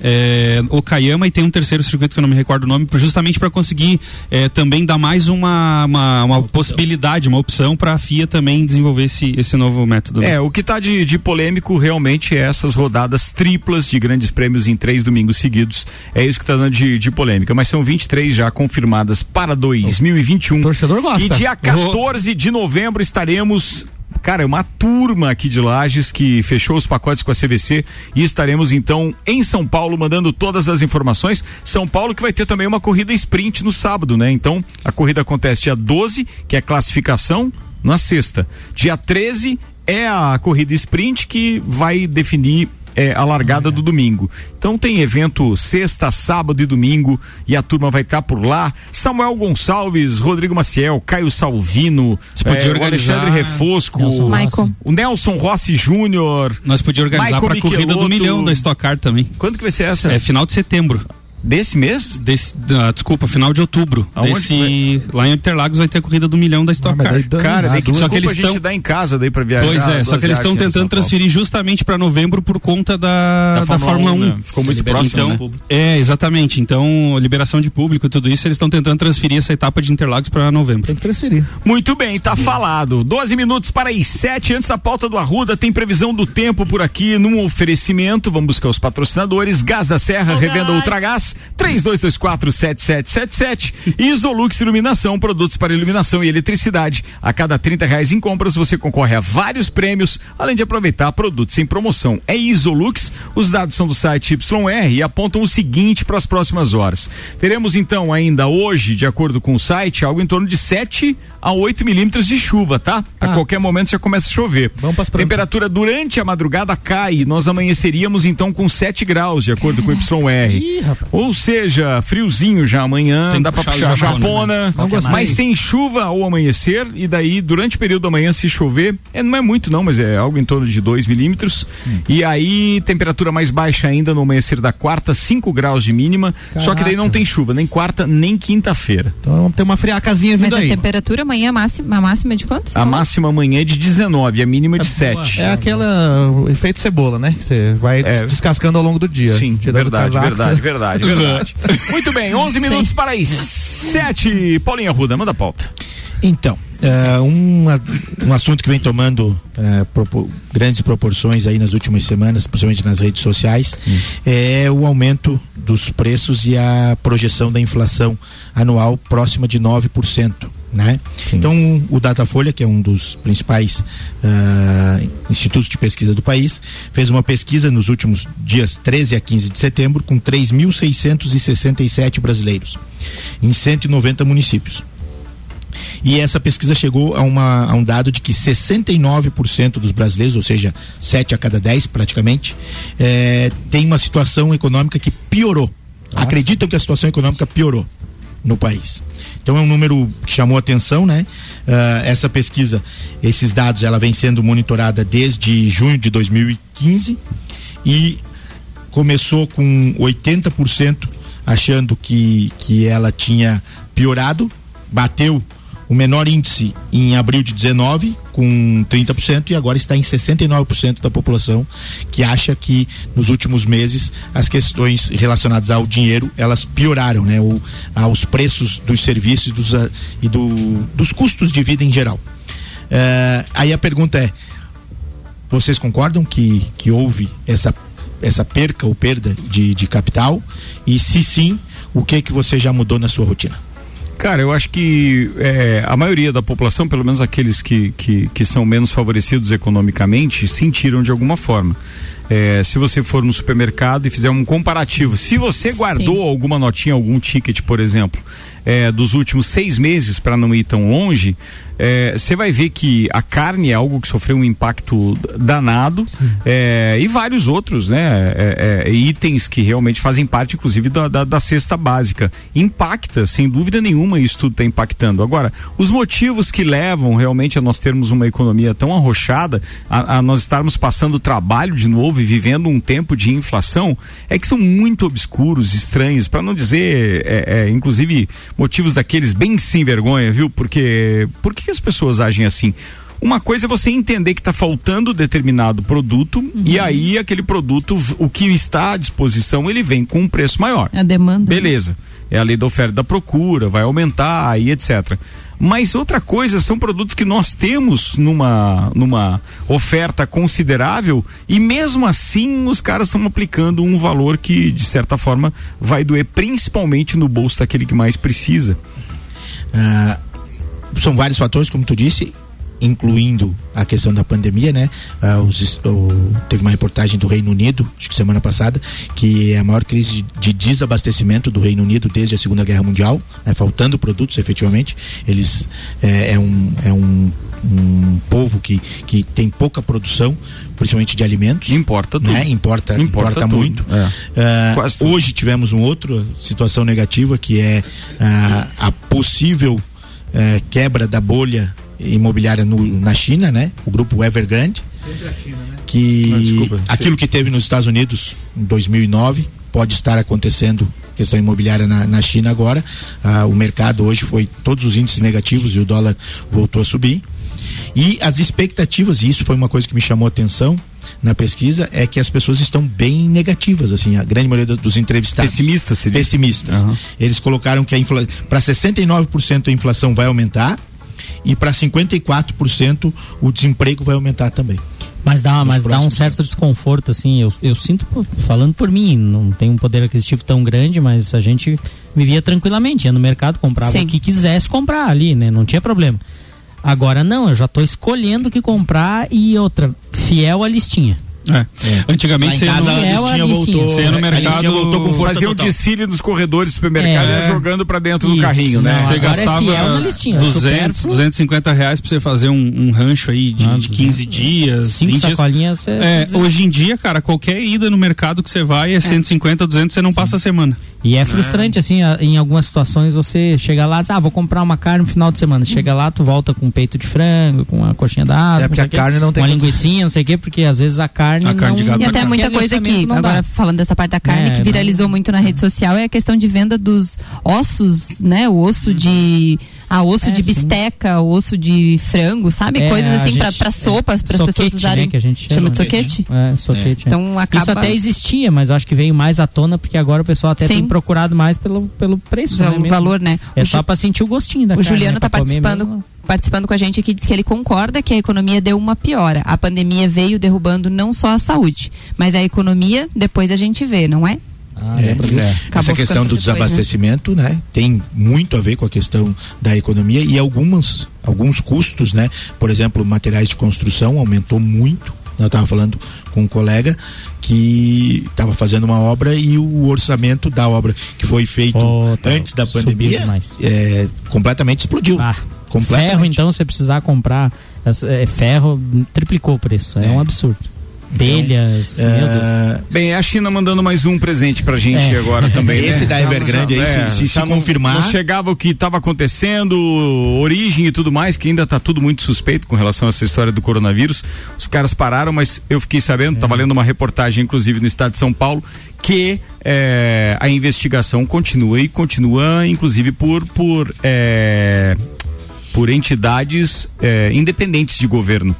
E: é, Okayama e tem um terceiro circuito que eu não me recordo o nome, justamente para conseguir é, também dar mais uma, uma, uma possibilidade, uma opção para a FIA também desenvolver esse, esse novo método. né?
A: É, o que está de, de polêmico realmente é essas rodadas triplas de grandes prêmios em três domingos seguidos. É isso que está dando de, de polêmica. Mas são 23 já confirmadas para 2021. torcedor
C: gosta.
A: E um. dia
C: Vou-
A: 14 de novembro estaremos. Cara, é uma turma aqui de Lages que fechou os pacotes com a CVC e estaremos então em São Paulo mandando todas as informações. São Paulo que vai ter também uma corrida sprint no sábado, né? Então, a corrida acontece dia 12, que é classificação, na sexta. Dia 13 é a corrida sprint que vai definir é, a largada do domingo. Então tem evento sexta, sábado e domingo e a turma vai estar por lá. Samuel Gonçalves, Rodrigo Maciel, Caio Salvino, é,
E: Você podia
A: o
E: organizar-
A: Alexandre Refosco,
E: Nelson Rossi. Michael.
A: o Nelson Rossi Júnior.
E: Nós podia organizar
A: Michael
E: para a corrida do
A: Michelotto.
E: milhão da Stock Car também.
A: Quando que vai ser essa?
E: É final de setembro.
A: Desse mês?
E: Desse, ah, desculpa, final de outubro.
A: Aonde
E: Desse, lá em Interlagos vai ter a corrida do milhão da Stock Car.
A: Cara, daí que
E: só que eles
A: ah, a gente
E: estão
A: dá em casa daí pra viajar.
E: Pois é, só
A: duas
E: que eles
A: viagens
E: estão
A: em São
E: tentando
A: Paulo.
E: transferir justamente para novembro por conta da,
A: Da
E: da,
A: Fórmula
E: Fórmula, 1.
A: né? Ficou muito próximo,
E: Então,
A: né?
E: É, exatamente. Então, liberação de público e tudo isso, eles estão tentando transferir essa etapa de Interlagos para novembro. Tem
D: que transferir.
A: Muito bem, tá falado. 12 minutos para as 7. Antes da pauta do Arruda, tem previsão do tempo por aqui num oferecimento. Vamos buscar os patrocinadores. Gás da Serra, revenda Ultragás, 32247777. E Isolux Iluminação, produtos para iluminação e eletricidade. A cada 30 reais em compras, você concorre a vários prêmios, além de aproveitar produtos em promoção. É Isolux. Os dados são do site YR e apontam o seguinte para as próximas horas. Teremos então ainda hoje, de acordo com o site, algo em torno de 7 a 8 milímetros de chuva, tá? A qualquer momento já começa a chover. Temperatura durante a madrugada cai. Nós amanheceríamos então com 7 graus, de acordo com o YR. Ou seja, friozinho já amanhã,
E: Tem que
A: dá para
E: puxar
A: puxar
E: o japona,
A: japona,
E: né? Não gostei.
A: mas tem chuva ao amanhecer e daí durante o período da manhã se chover, é, não é muito não, mas é algo em torno de 2 milímetros
C: Hum.
A: e aí temperatura mais baixa ainda no amanhecer da quarta, 5 graus de mínima, só que daí não tem chuva, nem quarta, nem quinta-feira.
C: Então vamos ter uma friacazinha
G: Mas é
C: vindo
G: a
C: aí.
G: temperatura amanhã, a máxima, a máxima de quanto?
A: A máxima amanhã é de 19, a mínima é de 7.
C: É aquela o efeito cebola, né? Que você vai des- descascando ao longo do dia.
A: Sim,
C: Tirando o
A: verdade,
C: casaco.
A: verdade, verdade, verdade. Muito bem, 11 minutos para as 7. Paulinha Ruda, manda a pauta.
D: Então, é, um, a- um assunto que vem tomando é, propo- grandes proporções aí nas últimas semanas, principalmente nas redes sociais, é o aumento dos preços e a projeção da inflação anual próxima de 9%. Né? Então, o Datafolha, que é um dos principais ah, institutos de pesquisa do país, fez uma pesquisa nos últimos dias 13 a 15 de setembro com 3.667 brasileiros em 190 municípios. E essa pesquisa chegou a, uma, a um dado de que 69% dos brasileiros, ou seja, 7 a cada 10 praticamente, eh, tem uma situação econômica que piorou. Acreditam que a situação econômica piorou no país. Então é um número que chamou atenção, né? Ah, essa pesquisa, esses dados, ela vem sendo monitorada desde junho de 2015 e começou com 80% achando que, que ela tinha piorado, bateu o menor índice em abril de 19 com 30% e agora está em 69% da população que acha que nos últimos meses as questões relacionadas ao dinheiro elas pioraram, né? Ou aos preços dos serviços e dos, ah, e do, dos custos de vida em geral. Eh, aí a pergunta é, vocês concordam que, que houve essa, essa perca ou perda de, de capital? E se sim, o que que você já mudou na sua rotina?
A: Cara, eu acho que é, a maioria da população, pelo menos aqueles que, que, que são menos favorecidos economicamente, sentiram de alguma forma. É, se você for no supermercado e fizer um comparativo, se você guardou alguma notinha, algum ticket, por exemplo, é, dos últimos seis meses, para não ir tão longe, é, você vai ver que a carne é algo que sofreu um impacto danado é, e vários outros né, é, é, itens que realmente fazem parte, inclusive, da, da, da cesta básica. Impacta, sem dúvida nenhuma, isso tudo está impactando. Agora, os motivos que levam realmente a nós termos uma economia tão arrochada, a, a nós estarmos passando trabalho de novo e vivendo um tempo de inflação, é que são muito obscuros, estranhos, para não dizer, é, é, inclusive, motivos daqueles bem sem vergonha, viu? Porque por que que as pessoas agem assim? Uma coisa é você entender que está faltando determinado produto e
G: Uhum.
A: aí aquele produto, o que está à disposição, ele vem com um preço maior.
G: A demanda.
A: Beleza. É a lei da oferta e da procura, vai aumentar aí, etc. Mas outra coisa, são produtos que nós temos numa, numa oferta considerável e mesmo assim os caras estão aplicando um valor que, de certa forma, vai doer principalmente no bolso daquele que mais precisa.
D: Ah, são vários fatores, como tu disse, incluindo a questão da pandemia, né? Ah, os es- o- teve uma reportagem do Reino Unido, acho que semana passada, que é a maior crise de desabastecimento do Reino Unido desde a Segunda Guerra Mundial, né? faltando produtos efetivamente. Eles é, é um, é um, um povo que, que tem pouca produção, principalmente de alimentos.
A: Importa
D: tudo. Importa, importa,
A: Importa tudo. É.
D: muito. Ah, hoje tivemos uma outra situação negativa que é ah, a possível eh, quebra da bolha imobiliária no- na China, né? O grupo Evergrande que
C: Ah, desculpa,
D: aquilo
C: sim.
D: que teve nos Estados Unidos em 2009 pode estar acontecendo questão imobiliária na, na China agora Ah, o mercado hoje foi todos os índices negativos e o dólar voltou a subir e as expectativas e isso foi uma coisa que me chamou a atenção na pesquisa é que as pessoas estão bem negativas assim a grande maioria do- dos entrevistados
A: pessimistas se
D: pessimistas eles colocaram que a infla... para 69% a inflação vai aumentar e para 54% o desemprego vai aumentar também
B: Mas dá,
D: Nos
B: mas dá um
D: próximos
B: certo desconforto, assim. Eu, eu sinto, pô, falando por mim, não tenho um poder aquisitivo tão grande, mas a gente vivia tranquilamente, ia no mercado, comprava
G: Sim.
B: o que quisesse comprar ali, né? Não tinha problema. Agora não, eu já tô escolhendo o que comprar e outra, fiel à listinha.
E: É. Antigamente você ia no, você ia no mercado
A: Fazia um desfile nos corredores do supermercado e ia jogando pra dentro do carrinho, né?
E: Você
B: é
E: gastava 200, 250 reais pra você fazer um, um rancho aí de, de 15 dias.
B: Ah, Cinco
E: 20 dias.
B: sacolinhas, você-
E: É, hoje em dia, cara, qualquer ida no mercado que você vai é 150, 200, você não passa a semana.
B: E é frustrante, assim, a- em algumas situações você chega lá e diz, ah, vou comprar uma carne no final de semana. Chega lá, tu volta com um peito de frango, com uma coxinha d'asma,
C: É, porque
B: sei
C: a
B: o quê,
C: carne não tem
B: uma
C: muito-
B: linguiçinha, não sei o quê, porque às vezes a carne
E: A carne de
B: não...
C: é
E: gado
G: E até muita coisa que,
B: não dá.
G: agora falando dessa parte da carne,
B: É,
G: que viralizou muito na rede social, é a questão de venda dos ossos, né? O osso de. Ah, osso de bisteca, osso de frango, sabe?
B: É,
G: Coisas assim
B: a
G: pra,
B: gente- é
G: pra sopa, para as
B: soquete,
G: pessoas usarem.
B: Né, que a gente
G: chama de soquete?
B: É, soquete.
G: É. Então, acaba-
B: Isso até existia, mas eu acho que veio mais à tona, porque agora o pessoal até
G: Sim.
B: tem procurado mais pelo, pelo preço.
G: Pelo
B: né, mesmo.
G: valor, né?
B: É
G: O
B: só
G: Ju-
B: pra sentir o gostinho
G: O
B: da carne,
G: Juliano
B: né,
G: está
B: pra comer mesmo.
G: participando, participando com a gente aqui, diz que ele concorda que a economia deu uma piora. A pandemia veio derrubando não só a saúde, mas a economia, depois a gente vê, não é?
D: É. É.
G: Acabou
D: Essa questão do
G: ficando depois, né?
D: desabastecimento, né? tem muito a ver com a questão da economia e algumas alguns custos, né? Por exemplo, materiais de construção aumentou muito. Eu estava falando com um colega que estava fazendo uma obra e o orçamento da obra que foi feito antes da pandemia
B: demais.
D: é, completamente explodiu. Completamente.
B: Ferro, então, se você precisar comprar essa- é, ferro, triplicou o preço. É, um absurdo. Telhas,
A: Então,
B: meu Deus.
A: é, Bem, é a China mandando mais um presente pra gente
B: É.
A: agora também. né?
D: Esse da Evergrande aí, se-
A: É,
D: se- se
A: já não-
D: confirmar-
A: Não chegava o que estava acontecendo, origem e tudo mais, que ainda tá tudo muito suspeito com relação a essa história do coronavírus. Os caras pararam, mas eu fiquei sabendo,
B: É.
A: tava lendo uma reportagem, inclusive, no estado de São Paulo, que é, a investigação continua e continua, inclusive, por. por é, por entidades é, independentes de governo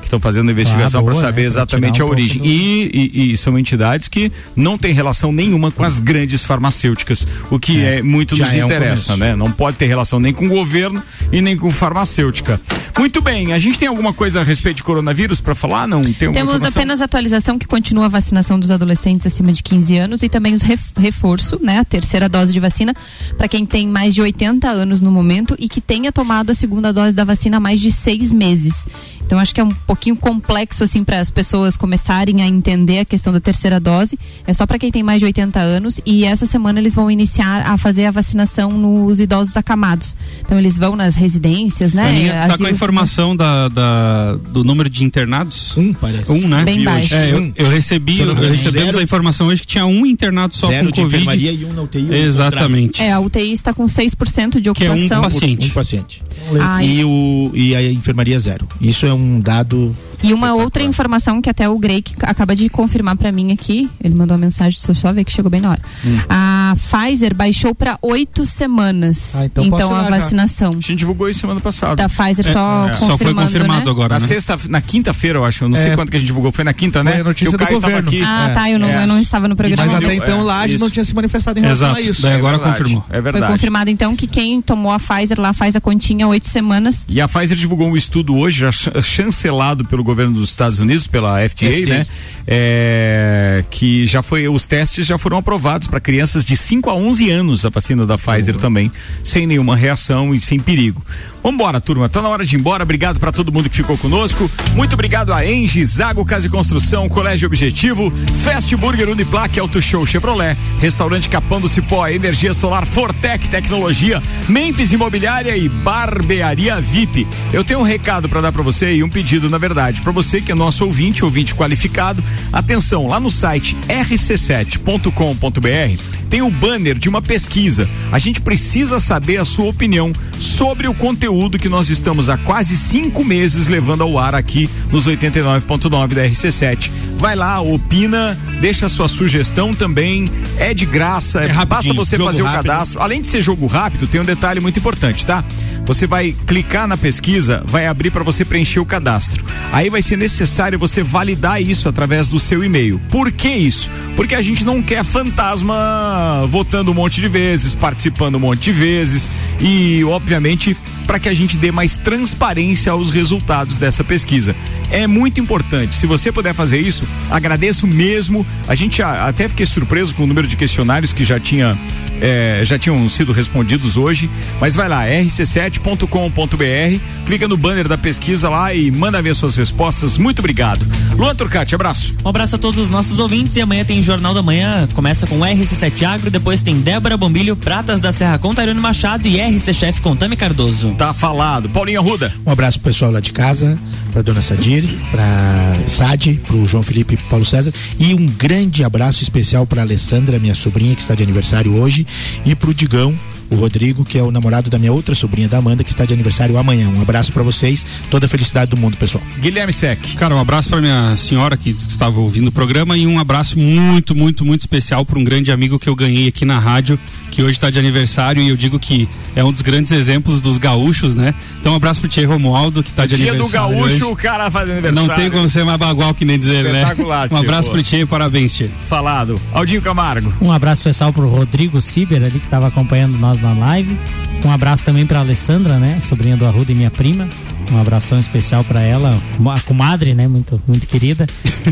A: que estão fazendo a investigação
B: boa,
A: para saber
B: né? Pra
A: exatamente
B: tirar um
A: a
B: pouco
A: origem. E, e- e são entidades que não têm relação nenhuma com as grandes farmacêuticas, o que é, muito
D: Já
A: nos
D: é um
A: interessa,
D: começo.
A: né? Não pode ter relação nem com o governo e nem com farmacêutica. Muito bem, a gente tem alguma coisa a respeito de coronavírus para falar? Não tem alguma
G: Temos
A: informação?
G: apenas a atualização que continua a vacinação dos adolescentes acima de 15 anos e também os ref- reforço, né? A terceira dose de vacina para quem tem mais de 80 anos no momento e que tenha tomado a segunda dose da vacina há mais de seis meses. Então acho que é um pouquinho complexo assim para as pessoas começarem a entender a questão da terceira dose. É só para quem tem mais de 80 anos e essa semana eles vão iniciar a fazer a vacinação nos idosos acamados. Então eles vão nas residências, né?
E: Aninha, tá com a
G: Asilos-
E: informação da, da- do número de internados? Um,
D: parece.
E: Um, né?
G: Bem
E: Vi
G: baixo.
E: hoje. É, eu,
D: Um.
E: eu recebi,
D: Se eu não me
E: eu
D: engano,
E: recebemos
D: zero-
E: a informação hoje que tinha um internado só
D: Zero
E: com
D: de
E: Covid.
D: enfermaria e um na UTI, um
E: Exatamente.
G: É, a UTI está com 6% de
E: Que é um
G: ocupação.
E: paciente.
D: Um paciente.
G: Ah,
D: E, o, e a enfermaria zero. Isso é um dado.
G: E uma outra informação que até o Greg acaba de confirmar para mim aqui, ele mandou uma mensagem, deixa eu só ver que chegou bem na hora.
C: Hum.
G: A Pfizer baixou para oito semanas.
A: Ah,
G: então
A: então posso
G: a
A: ir lá já.
G: vacinação.
A: A gente divulgou isso semana passada.
G: Da Pfizer só confirmando, né?
A: É, Na sexta, na quinta-feira, eu acho. Eu não
C: É.
A: sei quanto que a gente divulgou. Foi na quinta, né?
C: Foi a notícia
A: Que o
C: do
A: Caio tava
C: governo.
A: aqui. É.
G: Ah, tá, eu não, eu não estava no programa.
C: Mas até então Laje não tinha se manifestado em relação
A: Exato.
C: a isso.
A: Daí agora É verdade. confirmou. É
G: Foi
A: verdade.
G: confirmado então que quem tomou a Pfizer lá faz a continha oito semanas.
A: E a Pfizer divulgou um estudo hoje, já ch- chancelado pelo governo dos Estados Unidos, pela FDA,
D: FDA.
A: né? É, que já foi, os testes já foram aprovados para crianças de 5 a 11 anos, a vacina da Pfizer também, sem nenhuma reação e sem perigo. Vambora, turma, tá na hora de ir embora. Obrigado para todo mundo que ficou conosco. Muito obrigado a Engie, Zago Casa e Construção, Colégio Objetivo, Fast Burger Uniplac, Auto Show Chevrolet, Restaurante Capão do Cipó, Energia Solar, Fortec Tecnologia, Memphis Imobiliária e Barbearia VIP. Eu tenho um recado para dar para você e um pedido, na verdade, para você que é nosso ouvinte, ouvinte qualificado. Atenção, lá no site rc7.com.br tem o banner de uma pesquisa. A gente precisa saber a sua opinião sobre o conteúdo que nós estamos há quase cinco meses levando ao ar aqui nos 89.9 da RC7. Vai lá, opina, deixa a sua sugestão também. É de graça, é basta
E: rapidinho,
A: você
E: jogo
A: fazer o
E: rápido.
A: cadastro cadastro. Além de ser jogo rápido, tem um detalhe muito importante, tá? Você vai clicar na pesquisa, vai abrir para você preencher o cadastro. Aí vai ser necessário você validar isso através do seu e-mail. Por que isso? Porque a gente não quer fantasma votando um monte de vezes, participando um monte de vezes e, obviamente, para que a gente dê mais transparência aos resultados dessa pesquisa. É muito importante. Se você puder fazer isso, agradeço mesmo. A gente a- até fiquei surpreso com o número de questionários que já tinha é, já tinham sido respondidos hoje, mas vai lá, rc7.com.br, clica no banner da pesquisa lá e manda ver suas respostas. Muito obrigado. Luan Turcati, abraço.
F: Um abraço a todos os nossos ouvintes e amanhã tem Jornal da Manhã. Começa com RC7 Agro, depois tem Débora Bombilho, Pratas da Serra com Tairone Machado e RC Chef com Tami Cardoso.
A: Tá falado. Paulinho Arruda.
D: Um abraço pro pessoal lá de casa, pra dona Sadir, pra Sade, pro João Felipe e Paulo César. E um grande abraço especial pra Alessandra, minha sobrinha, que está de aniversário hoje, e pro Digão. O Rodrigo, que é o namorado da minha outra sobrinha, da Amanda, que está de aniversário amanhã. Um abraço pra vocês, toda a felicidade do mundo, pessoal.
A: Guilherme Sec.
E: Cara, um abraço pra minha senhora que disse que estava ouvindo o programa e um abraço muito, muito, muito especial para um grande amigo que eu ganhei aqui na rádio, que hoje tá de aniversário e eu digo que é um dos grandes exemplos dos gaúchos, né? Então um abraço pro Tchê Romualdo, que tá de
A: Dia do
E: aniversário.
A: gaúcho, o
E: hoje.
A: cara faz aniversário.
E: Não tem como ser mais bagual que nem dizer, né?
A: Espetacular,
E: Um abraço
A: Tchê,
E: pro Tchê, parabéns, Tchê.
A: Falado. Aldinho Camargo.
B: Um abraço pessoal pro Rodrigo Ciber ali que estava acompanhando nós na live. Um abraço também pra Alessandra, né? Sobrinha do Arruda e minha prima. Um abração especial pra ela, a comadre, né? Muito, muito querida.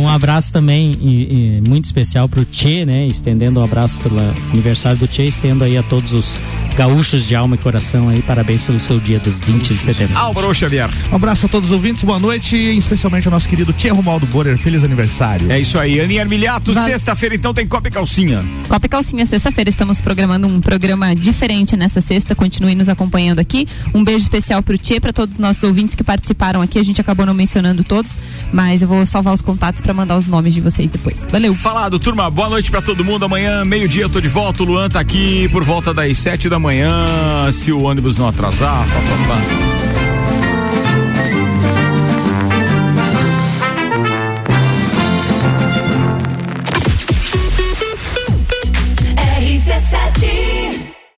B: um abraço também e- e muito especial pro Tchê, né? Estendendo um abraço pelo aniversário do Tchê, estendo aí a todos os gaúchos de alma e coração aí. Parabéns pelo seu dia do 20 de setembro.
A: Álvaro Xavier.
C: Um abraço a todos os ouvintes, boa noite, e especialmente ao nosso querido Tia Romaldo Borer. Feliz aniversário.
A: É isso aí, Aninha Armiliato, sexta-feira então tem Copa e Calcinha.
G: Copa e Calcinha, sexta-feira estamos programando um programa diferente nessa sexta, continue nos acompanhando aqui. Um beijo especial pro Tchê, para todos os nossos ouvintes que participaram aqui, a gente acabou não mencionando todos, mas eu vou salvar os contatos para mandar os nomes de vocês depois. Valeu.
A: Falado, turma, boa noite pra todo mundo. Amanhã, meio-dia, eu tô de volta. O Luan tá aqui por volta das sete da manhã, se o ônibus não atrasar. Pá, pá, pá.